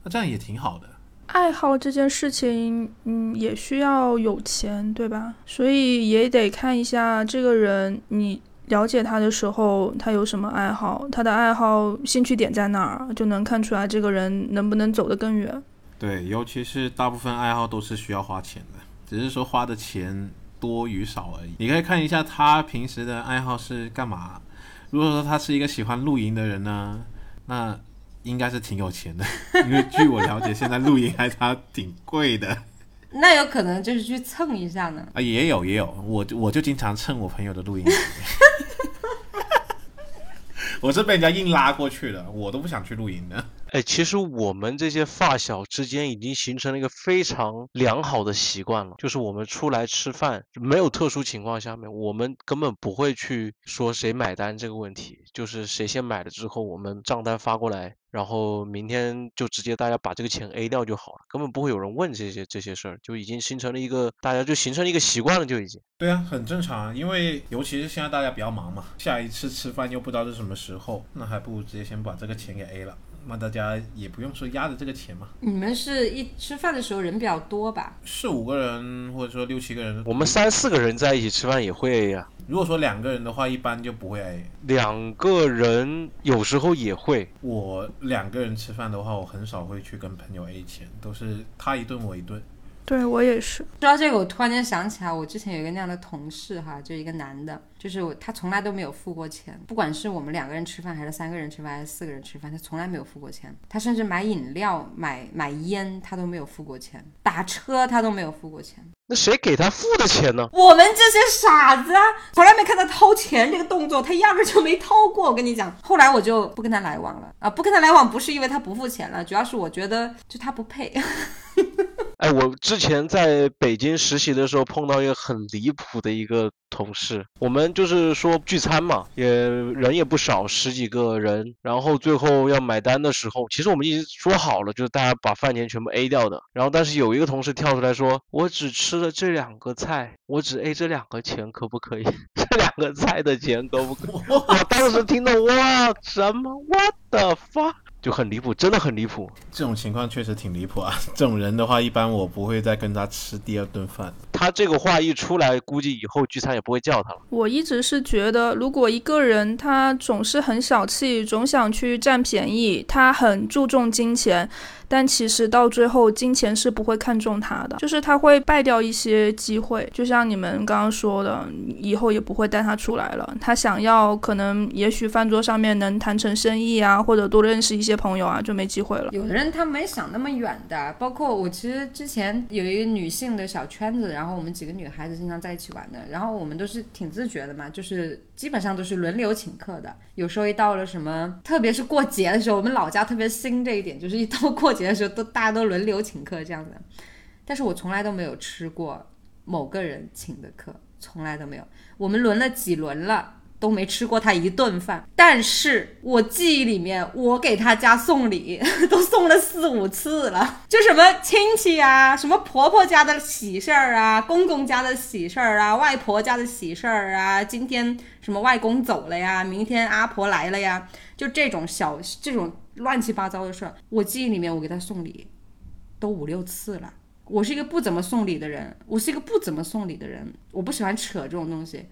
[SPEAKER 4] 那这样也挺好的。
[SPEAKER 7] 爱好这件事情，嗯，也需要有钱，对吧？所以也得看一下这个人，你了解他的时候，他有什么爱好，他的爱好兴趣点在哪儿，就能看出来这个人能不能走得更远。
[SPEAKER 4] 对，尤其是大部分爱好都是需要花钱的，只是说花的钱多与少而已。你可以看一下他平时的爱好是干嘛。如果说他是一个喜欢露营的人呢，那应该是挺有钱的，因为据我了解，现在露营还他挺贵的
[SPEAKER 5] 那有可能就是去蹭一下呢。
[SPEAKER 4] 啊，也有也有，我就我就经常蹭我朋友的露营。 我是被人家硬拉过去的，我都不想去露营的。
[SPEAKER 6] 哎，其实我们这些发小之间已经形成了一个非常良好的习惯了，就是我们出来吃饭，没有特殊情况下面，我们根本不会去说谁买单这个问题，就是谁先买了之后，我们账单发过来，然后明天就直接大家把这个钱 A 掉就好了，根本不会有人问这些这些事儿，就已经形成了一个大家就形成了一个习惯了，就已经。
[SPEAKER 4] 对啊，很正常啊，因为尤其是现在大家比较忙嘛，下一次吃饭又不知道是什么时候，那还不如直接先把这个钱给 A 了，那大家也不用说压着这个钱嘛。
[SPEAKER 5] 你们是一吃饭的时候人比较多吧？
[SPEAKER 4] 四五个人或者说六七个人，
[SPEAKER 6] 我们三四个人在一起吃饭也会 A 呀、
[SPEAKER 4] 如果说两个人的话，一般就不会 A。
[SPEAKER 6] 两个人有时候也会，
[SPEAKER 4] 我两个人吃饭的话，我很少会去跟朋友 A 钱，都是他一顿我一顿。
[SPEAKER 7] 对我也是，
[SPEAKER 5] 说到这个，我突然间想起来，我之前有一个那样的同事哈，就一个男的，就是我他从来都没有付过钱，不管是我们两个人吃饭，还是三个人吃饭，还是四个人吃饭，他从来没有付过钱。他甚至买饮料、买买烟，他都没有付过钱，打车他都没有付过钱。
[SPEAKER 6] 那谁给他付的钱呢？
[SPEAKER 5] 我们这些傻子啊，从来没看他掏钱这个动作，他压根儿就没掏过。我跟你讲，后来我就不跟他来往了啊，不跟他来往不是因为他不付钱了，主要是我觉得就他不配。
[SPEAKER 6] 哎，我之前在北京实习的时候碰到一个很离谱的一个同事，我们就是说聚餐嘛，也人也不少，十几个人，然后最后要买单的时候，其实我们已经说好了，就是大家把饭钱全部 A 掉的，然后但是有一个同事跳出来说，我只吃了这两个菜，我只 A 这两个钱，可不可以？ 这两个菜的钱可不可以？我当时听到哇，什么 what the fuck？就很离谱，真的很离谱。
[SPEAKER 4] 这种情况确实挺离谱啊！ 这种人的话，一般我不会再跟他吃第二顿饭。
[SPEAKER 6] 他这个话一出来，估计以后聚餐也不会叫他了。
[SPEAKER 7] 我一直是觉得，如果一个人他总是很小气，总想去占便宜，他很注重金钱，但其实到最后，金钱是不会看重他的，就是他会败掉一些机会。就像你们刚刚说的，以后也不会带他出来了。他想要可能，也许饭桌上面能谈成生意啊，或者多认识一些朋友啊，就没机会了。
[SPEAKER 5] 有的人他没想那么远的，包括我其实之前有一个女性的小圈子，然后我们几个女孩子经常在一起玩的，然后我们都是挺自觉的嘛，就是基本上都是轮流请客的。有时候一到了什么，特别是过节的时候，我们老家特别兴这一点，就是一到过节的时候都大家都轮流请客这样子。但是我从来都没有吃过某个人请的客，从来都没有。我们轮了几轮了。都没吃过他一顿饭，但是我记忆里面，我给他家送礼 都送了四五次了，就什么亲戚啊，什么婆婆家的喜事儿啊，公公家的喜事儿啊，外婆家的喜事儿啊，今天什么外公走了呀，明天阿婆来了呀，就这种小这种乱七八糟的事儿，我记忆里面我给他送礼都五六次了。我是一个不怎么送礼的人，我是一个不怎么送礼的人，我不喜欢扯这种东西，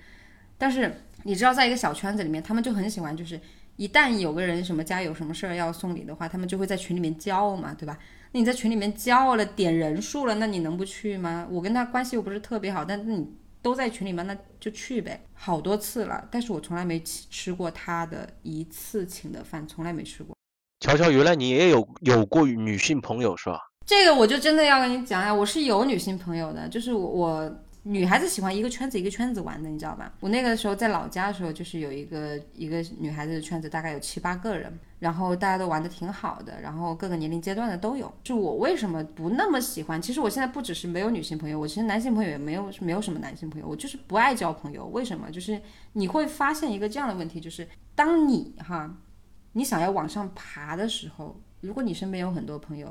[SPEAKER 5] 但是。你知道，在一个小圈子里面，他们就很喜欢，就是一旦有个人什么家有什么事儿要送礼的话，他们就会在群里面叫嘛，对吧？那你在群里面叫了，点人数了，那你能不去吗？我跟他关系又不是特别好，但是你都在群里面，那就去呗。好多次了，但是我从来没吃吃过他的一次请的饭，从来没吃过。
[SPEAKER 6] 乔乔，原来你也有有过女性朋友是吧？
[SPEAKER 5] 这个我就真的要跟你讲呀，我是有女性朋友的，就是我我女孩子喜欢一个圈子一个圈子玩的，你知道吧？我那个时候在老家的时候，就是有一个一个女孩子的圈子，大概有七八个人，然后大家都玩的挺好的，然后各个年龄阶段的都有。就我为什么不那么喜欢？其实我现在不只是没有女性朋友，我其实男性朋友也没有没有什么男性朋友，我就是不爱交朋友。为什么？就是你会发现一个这样的问题，就是当你哈你想要往上爬的时候，如果你身边有很多朋友。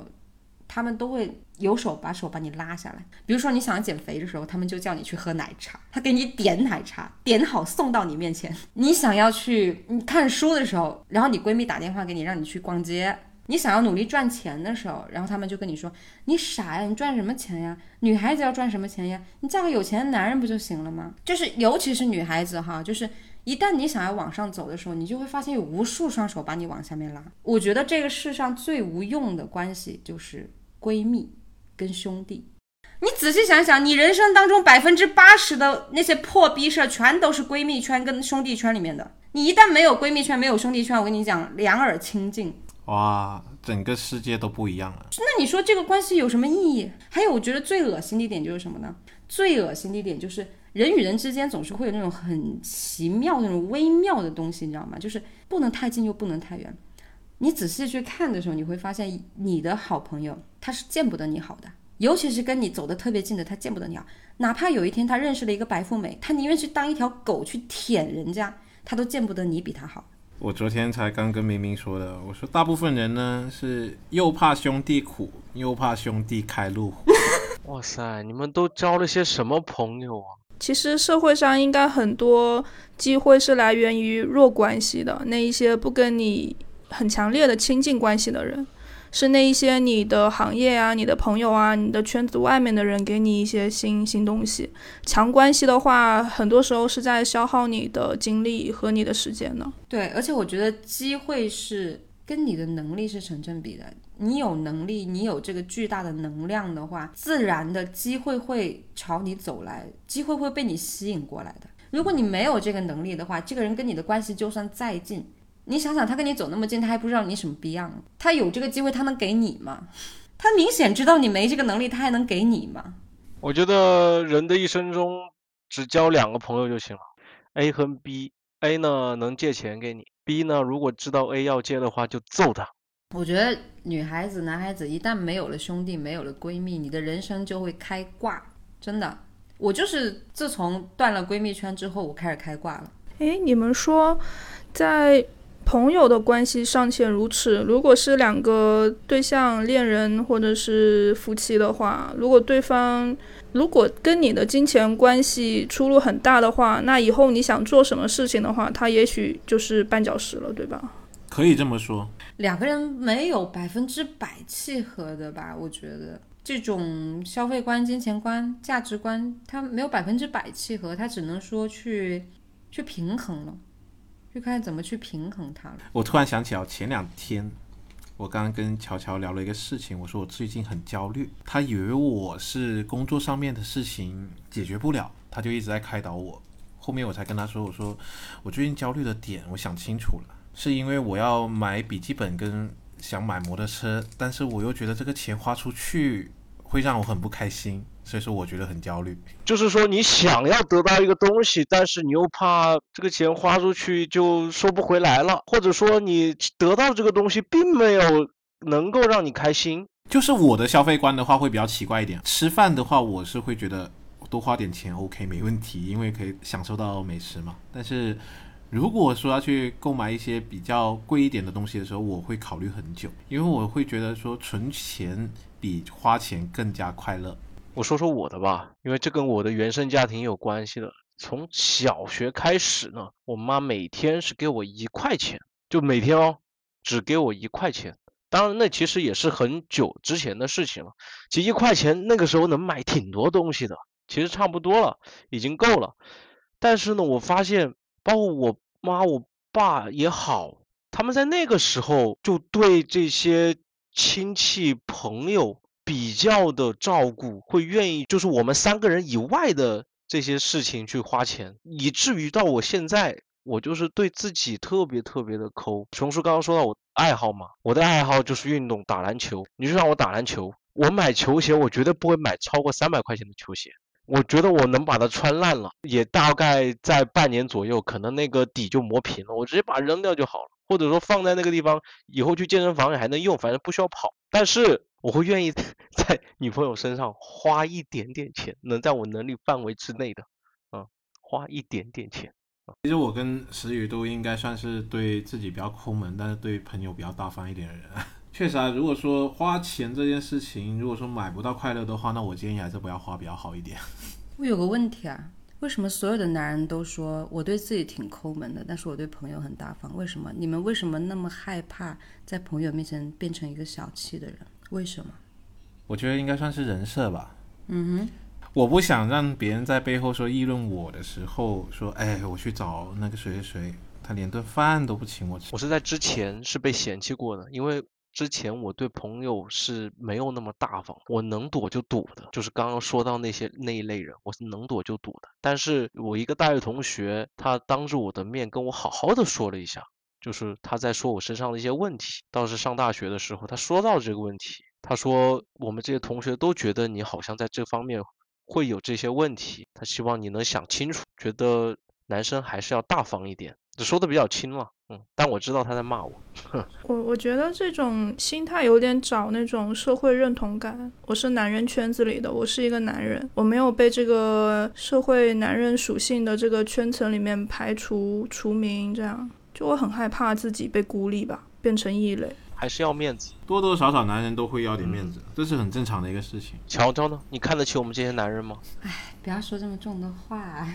[SPEAKER 5] 他们都会有手把手把你拉下来。比如说你想减肥的时候，他们就叫你去喝奶茶，他给你点奶茶，点好送到你面前。你想要去你看书的时候，然后你闺蜜打电话给你，让你去逛街。你想要努力赚钱的时候，然后他们就跟你说：“你傻呀，你赚什么钱呀？女孩子要赚什么钱呀？你嫁个有钱的男人不就行了吗？”就是尤其是女孩子哈，就是一旦你想要往上走的时候，你就会发现有无数双手把你往下面拉。我觉得这个世上最无用的关系就是闺蜜跟兄弟。你仔细想想，你人生当中百分之八十的那些破逼事儿，全都是闺蜜圈跟兄弟圈里面的。你一旦没有闺蜜圈，没有兄弟圈，我跟你讲，两耳清净。
[SPEAKER 4] 哇，整个世界都不一样了。啊
[SPEAKER 5] 那你说这个关系有什么意义？还有，我觉得最恶心的一点就是什么呢？最恶心的一点就是人与人之间总是会有那种很奇妙、那种微妙的东西，你知道吗？就是不能太近又不能太远。你仔细去看的时候，你会发现你的好朋友他是见不得你好的，尤其是跟你走得特别近的，他见不得你好。哪怕有一天他认识了一个白富美，他宁愿去当一条狗去舔人家，他都见不得你比他好。
[SPEAKER 4] 我昨天才刚跟明明说的，我说大部分人呢是又怕兄弟苦，又怕兄弟开路虎。
[SPEAKER 6] 哇塞，你们都交了些什么朋友啊？
[SPEAKER 7] 其实社会上应该很多机会是来源于弱关系的，那一些不跟你很强烈的亲近关系的人，是那一些你的行业啊、你的朋友啊、你的圈子外面的人给你一些新新东西。强关系的话，很多时候是在消耗你的精力和你的时间的。
[SPEAKER 5] 对，而且我觉得机会是跟你的能力是成正比的。你有能力，你有这个巨大的能量的话，自然的机会会朝你走来，机会会被你吸引过来的。如果你没有这个能力的话，这个人跟你的关系就算再近，你想想他跟你走那么近，他还不知道你什么逼样，他有这个机会，他能给你吗？他明显知道你没这个能力，他还能给你吗？
[SPEAKER 6] 我觉得人的一生中只交两个朋友就行了，A 和 B，A 呢能借钱给你，B 呢如果知道 A 要借的话就揍他。
[SPEAKER 5] 我觉得女孩子、男孩子一旦没有了兄弟，没有了闺蜜，你的人生就会开挂，真的。我就是自从断了闺蜜圈之后，我开始开挂了。
[SPEAKER 7] 诶，你们说，在朋友的关系尚且如此，如果是两个对象、恋人或者是夫妻的话，如果对方如果跟你的金钱关系出入很大的话，那以后你想做什么事情的话，他也许就是绊脚石了，对吧？
[SPEAKER 4] 可以这么说。
[SPEAKER 5] 两个人没有百分之百契合的吧？我觉得这种消费观、金钱观、价值观，它没有百分之百契合，它只能说去去平衡了，去看怎么去平衡它了。
[SPEAKER 4] 我突然想起来，前两天我刚刚跟乔乔聊了一个事情，我说我最近很焦虑，他以为我是工作上面的事情解决不了，他就一直在开导我。后面我才跟他说，我说我最近焦虑的点，我想清楚了，是因为我要买笔记本跟想买摩托车，但是我又觉得这个钱花出去会让我很不开心，所以说我觉得很焦虑。
[SPEAKER 6] 就是说你想要得到一个东西，但是你又怕这个钱花出去就收不回来了，或者说你得到这个东西并没有能够让你开心，
[SPEAKER 4] 就是我的消费观的话会比较奇怪一点。吃饭的话，我是会觉得多花点钱 OK 没问题，因为可以享受到美食嘛。但是如果说要去购买一些比较贵一点的东西的时候，我会考虑很久，因为我会觉得说存钱比花钱更加快乐。
[SPEAKER 6] 我说说我的吧，因为这跟我的原生家庭有关系的。从小学开始呢，我妈每天是给我一块钱，就每天哦，只给我一块钱。当然，那其实也是很久之前的事情了。其实一块钱那个时候能买挺多东西的，其实差不多了，已经够了。但是呢，我发现，包括我妈、我爸也好，他们在那个时候就对这些亲戚朋友比较的照顾，会愿意就是我们三个人以外的这些事情去花钱，以至于到我现在，我就是对自己特别特别的抠。熊叔刚刚说到我爱好嘛，我的爱好就是运动，打篮球。你就让我打篮球，我买球鞋，我绝对不会买超过三百块钱的球鞋。我觉得我能把它穿烂了，也大概在半年左右，可能那个底就磨平了，我直接把它扔掉就好了，或者说放在那个地方，以后去健身房也还能用，反正不需要跑。但是我会愿意 在女朋友身上花一点点钱，能在我能力范围之内的，啊、花一点点钱。
[SPEAKER 4] 其实我跟石宇都应该算是对自己比较抠门，但是对朋友比较大方一点的人。 确实啊，如果说花钱这件事情，如果说买不到快乐的话，那我建议还是不要花比较好一点。
[SPEAKER 5] 我有个问题啊，为什么所有的男人都说我对自己挺抠门的，但是我对朋友很大方？为什么？你们为什么那么害怕在朋友面前变成一个小气的人？为什么？
[SPEAKER 4] 我觉得应该算是人设吧。嗯哼，我不想让别人在背后说议论我的时候说，哎，我去找那个谁谁谁，他连顿饭都不请我吃。
[SPEAKER 6] 我是在之前是被嫌弃过的，因为之前我对朋友是没有那么大方，我能躲就躲的，就是刚刚说到那些那一类人，我是能躲就躲的。但是我一个大学同学，他当着我的面跟我好好的说了一下，就是他在说我身上的一些问题。当时上大学的时候，他说到这个问题，他说我们这些同学都觉得你好像在这方面会有这些问题，他希望你能想清楚，觉得男生还是要大方一点。只说的比较轻了，嗯，但我知道他在骂我。
[SPEAKER 7] 我我觉得这种心态有点找那种社会认同感。我是男人圈子里的，我是一个男人，我没有被这个社会男人属性的这个圈层里面排除除名，这样就我很害怕自己被孤立吧，变成异类。
[SPEAKER 6] 还是要面子。
[SPEAKER 4] 多多少少男人都会要点面子，这是很正常的一个事情。
[SPEAKER 6] 乔乔呢？你看得起我们这些男人吗？
[SPEAKER 5] 不要说这么重的话、啊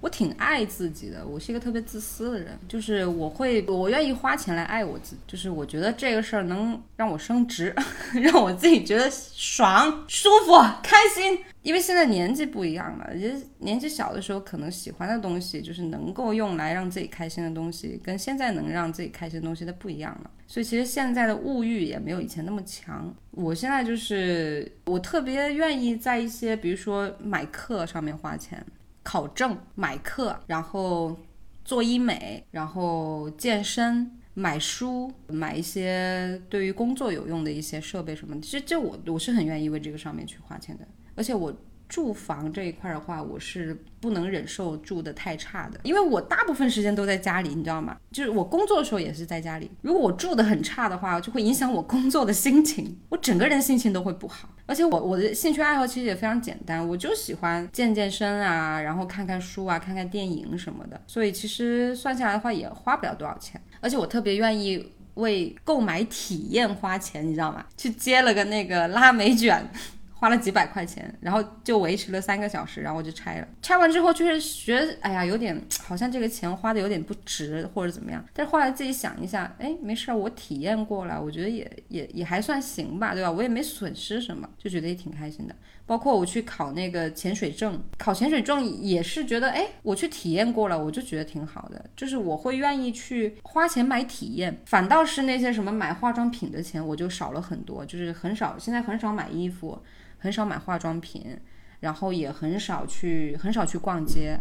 [SPEAKER 5] 我挺爱自己的，我是一个特别自私的人，就是我会，我愿意花钱来爱我自己，就是我觉得这个事儿能让我升职， 让我自己觉得爽、舒服、开心。因为现在年纪不一样了，也年纪小的时候可能喜欢的东西，就是能够用来让自己开心的东西，跟现在能让自己开心的东西它不一样了。所以其实现在的物欲也没有以前那么强。我现在就是我特别愿意在一些，比如说买课上面花钱，考证、买课，然后做医美，然后健身、买书、买一些对于工作有用的一些设备什么的。其实这我我是很愿意为这个上面去花钱的，而且我。住房这一块的话，我是不能忍受住的太差的，因为我大部分时间都在家里，你知道吗？就是我工作的时候也是在家里。如果我住的很差的话，就会影响我工作的心情，我整个人心情都会不好。而且我我的兴趣爱好其实也非常简单，我就喜欢健健身啊，然后看看书啊，看看电影什么的。所以其实算下来的话，也花不了多少钱。而且我特别愿意为购买体验花钱，你知道吗？去接了个那个拉美卷，花了几百块钱，然后就维持了三个小时，然后我就拆了。拆完之后确实觉得，哎呀，有点好像这个钱花的有点不值或者怎么样。但是后来自己想一下，哎，没事儿，我体验过了，我觉得也也也还算行吧，对吧？我也没损失什么，就觉得也挺开心的。包括我去考那个潜水证，考潜水证也是觉得，哎，我去体验过了，我就觉得挺好的，就是我会愿意去花钱买体验，反倒是那些什么买化妆品的钱，我就少了很多，就是很少，现在很少买衣服，很少买化妆品，然后也很少去很少去逛街，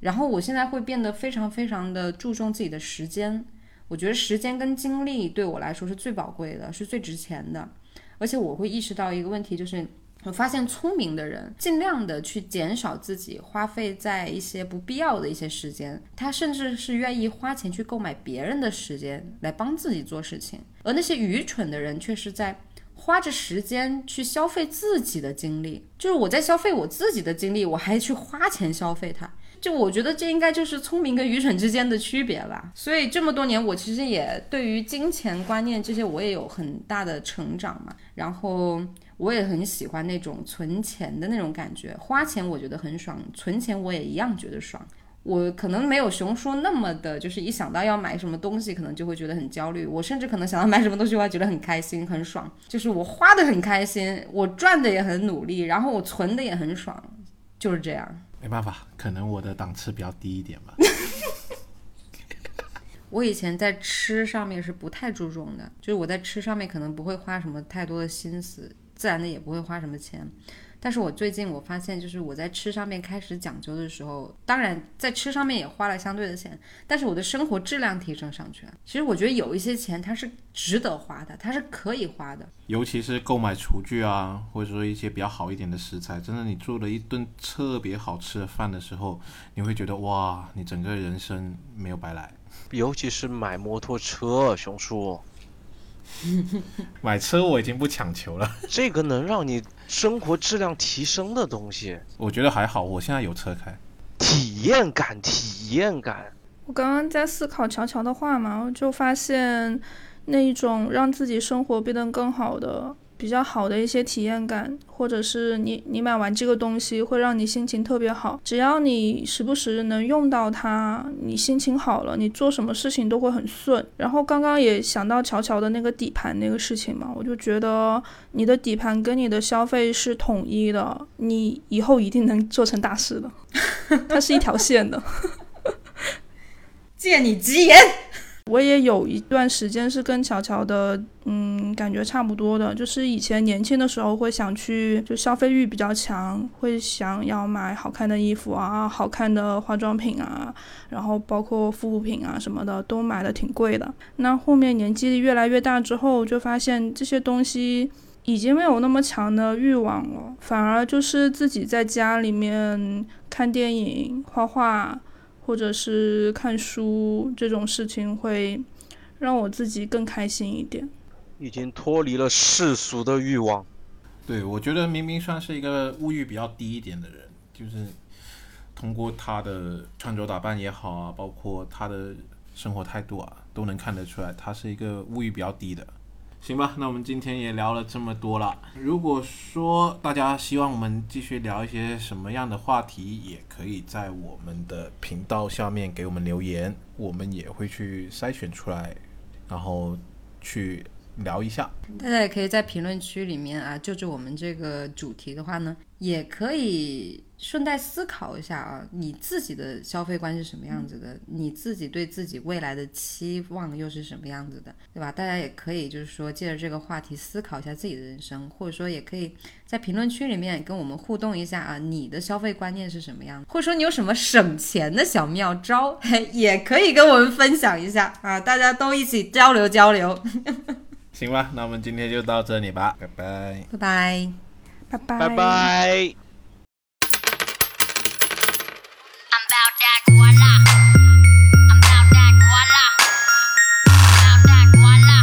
[SPEAKER 5] 然后我现在会变得非常非常的注重自己的时间，我觉得时间跟精力对我来说是最宝贵的，是最值钱的，而且我会意识到一个问题，就是我发现聪明的人尽量的去减少自己花费在一些不必要的一些时间，他甚至是愿意花钱去购买别人的时间来帮自己做事情，而那些愚蠢的人却是在花着时间去消费自己的精力，就是我在消费我自己的精力，我还去花钱消费它。就我觉得这应该就是聪明跟愚蠢之间的区别吧。所以这么多年，我其实也对于金钱观念这些我也有很大的成长嘛。然后我也很喜欢那种存钱的那种感觉，花钱我觉得很爽，存钱我也一样觉得爽。我可能没有熊叔那么的，就是一想到要买什么东西，可能就会觉得很焦虑。我甚至可能想到买什么东西，我还觉得很开心、很爽，就是我花的很开心，我赚的也很努力，然后我存的也很爽，就是这样。
[SPEAKER 4] 没办法，可能我的档次比较低一点吧。
[SPEAKER 5] 我以前在吃上面是不太注重的，就是我在吃上面可能不会花什么太多的心思，自然的也不会花什么钱。但是我最近我发现，就是我在吃上面开始讲究的时候，当然在吃上面也花了相对的钱，但是我的生活质量提升上去了。其实我觉得有一些钱它是值得花的，它是可以花的。
[SPEAKER 4] 尤其是购买厨具啊，或者说一些比较好一点的食材，真的你做了一顿特别好吃的饭的时候，你会觉得哇，你整个人生没有白来。
[SPEAKER 6] 尤其是买摩托车，啊熊叔，
[SPEAKER 4] 买车我已经不强求了，
[SPEAKER 6] 这个能让你生活质量提升的东西，
[SPEAKER 4] 我觉得还好，我现在有车开。
[SPEAKER 6] 体验感，体验感。
[SPEAKER 7] 我刚刚在思考乔乔的话嘛，我就发现那一种让自己生活变得更好的、比较好的一些体验感，或者是你你买完这个东西会让你心情特别好，只要你时不时能用到它，你心情好了，你做什么事情都会很顺。然后刚刚也想到乔乔的那个底盘那个事情嘛，我就觉得你的底盘跟你的消费是统一的，你以后一定能做成大事的， 它是一条线的。
[SPEAKER 5] 借你吉言，
[SPEAKER 7] 我也有一段时间是跟乔乔的，嗯，感觉差不多的。就是以前年轻的时候会想去，就消费欲比较强，会想要买好看的衣服啊、好看的化妆品啊，然后包括护肤品啊什么的，都买的挺贵的。那后面年纪越来越大之后，就发现这些东西已经没有那么强的欲望了，反而就是自己在家里面看电影、画画。或者是看书这种事情，会让我自己更开心一点。
[SPEAKER 6] 已经脱离了世俗的欲望。
[SPEAKER 4] 对，我觉得明明算是一个物欲比较低一点的人，就是通过他的穿着打扮也好啊，包括他的生活态度啊，都能看得出来，他是一个物欲比较低的。行吧，那我们今天也聊了这么多了。如果说大家希望我们继续聊一些什么样的话题，也可以在我们的频道下面给我们留言，我们也会去筛选出来，然后去聊一下。
[SPEAKER 5] 大家也可以在评论区里面啊，就着我们这个主题的话呢，也可以顺带思考一下啊，你自己的消费观是什么样子的，你自己对自己未来的期望又是什么样子的，对吧？大家也可以就是说借着这个话题思考一下自己的人生，或者说也可以在评论区里面跟我们互动一下啊，你的消费观念是什么样，或者说你有什么省钱的小妙招， 嘿也可以跟我们分享一下啊，大家都一起交流交流，
[SPEAKER 4] 行吧，那我们今天就到这里吧，拜拜。
[SPEAKER 5] 拜拜。
[SPEAKER 7] 拜拜
[SPEAKER 6] 拜拜。
[SPEAKER 8] I'm about that guala. I'm about that guala. About that guala.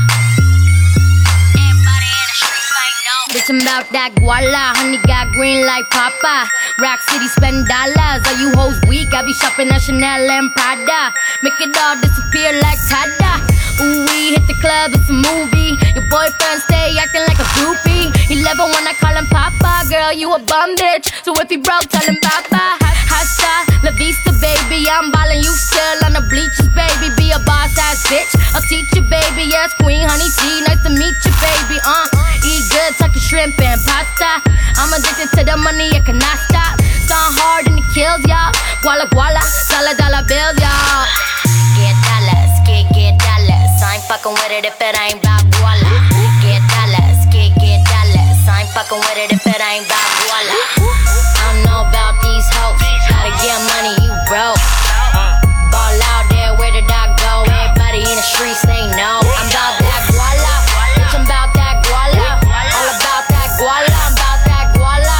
[SPEAKER 8] Everybody in the streets might know. Bitch, I'm about that guala. Honey got green like Papa. Rock City spend dollars. Are you hoes weak? I be shopping at Chanel and Prada. Make it all disappear like Tada. Ooh, we hit the club, it's a movie. Your boyfriend stay acting like a groupie. He love it when I call him Papa. Girl, you a bum bitch. So if he broke, tell him bye bye. Hasta la vista, baby. I'm ballin', you still on the bleachers, baby. Be a boss ass bitch. I'll teach you, baby. Yes, queen, honey G. Nice to meet you, baby. Uh, eat good, suckin' shrimp and pasta. I'm addicted to the money, I cannot stop. Sound hard and it kills y'all. Guala guala, dollar dollar bills, y'all. Get dollars, get get dollars. I ain't fucking with it if it ain't Bob Walla. Get dollars, get get dollars. I ain't fucking with it if it ain't Bob Walla. I don't know about these hoes. How to get money, you broke. Ball out there, where did I go? Everybody in the streets, they know. I'm about that guala. Bitch, I'm about that guala. All about that guala. I'm about that guala.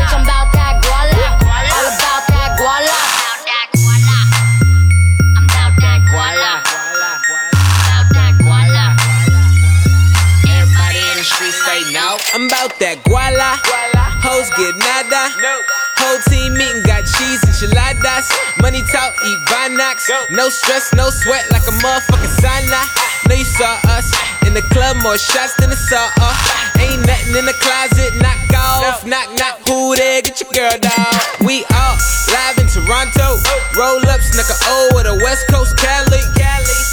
[SPEAKER 8] Bitch, I'm about that guala. All about that guala. About that guala. I'm about that guala. About that guala. Everybody in the streets, they know.
[SPEAKER 9] I'm about that guala. Hoes get nada. Whole team meeting got cheese and enchiladas. Money talk, eat Vinox. No stress, no sweat, like a motherfucking sauna. Know you saw us in the club, more shots than a saw off. Ain't nothing in the closet, knock off, knock knock. Who there? Get your girl dog. We all live in Toronto. Roll up, snuck a O with a West Coast Cali.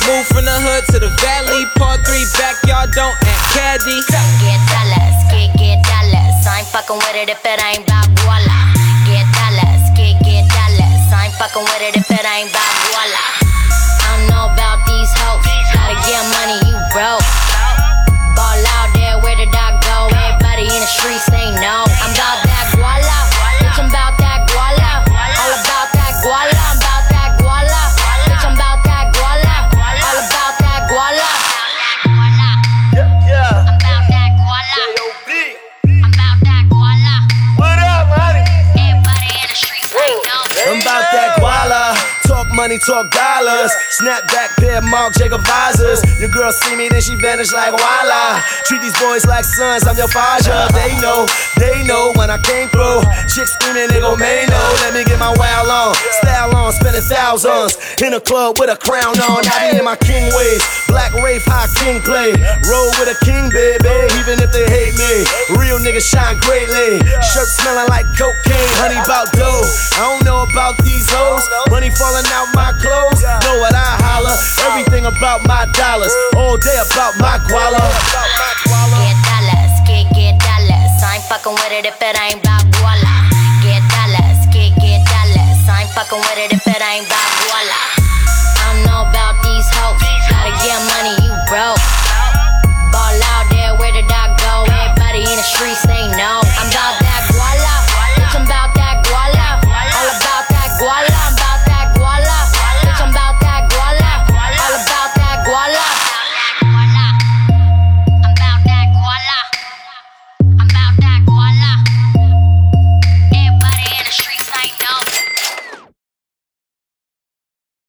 [SPEAKER 9] Move from the hood to the valley. Part three backyard, don't act caddy.
[SPEAKER 8] Get dollars, get get dollars. I ain't fucking with it if it ain't Bob Walla. Get dollars, get get dollars. I ain't fucking with it if it ain't Bob Walla. I don't know about these hoes. How to get money, you broke. Ball out there, where did I go? Everybody in the streets, they know. I'm about that guala. Bitch, I'm about that guala. All about that guala. I'm about that guala. Bitch, I'm about that guala. All about that guala. I'm about that guala. I'm about that guala. Everybody in the streets, they know.
[SPEAKER 3] I'm about that guala. Talk money, talk dollars. Snap back, pair of Mark Jacob visors. Your girl see me, then she vanish like voila. Treat these boys like sons, I'm your father. They know, they know when I came through. Chicks screaming, nigga, may know. Let me get my wild on, style on, spending thousands. In a club with a crown on, I be in my king ways. Black Rafe, high king play. Roll with a king, baby, even if they hate me. Real niggas shine greatly. Shirt smelling like cocaine, honey bout dough. I don't know about these hoes. Money falling out my clothes. Know what I holler? Everything about my dollars. All day about my guala.
[SPEAKER 8] Get dollars, get get dollars. I ain't fucking with it if it ain't Bob Walla. Get dollars, get get dollars. I ain't fucking with it if it ain't Bob Walla.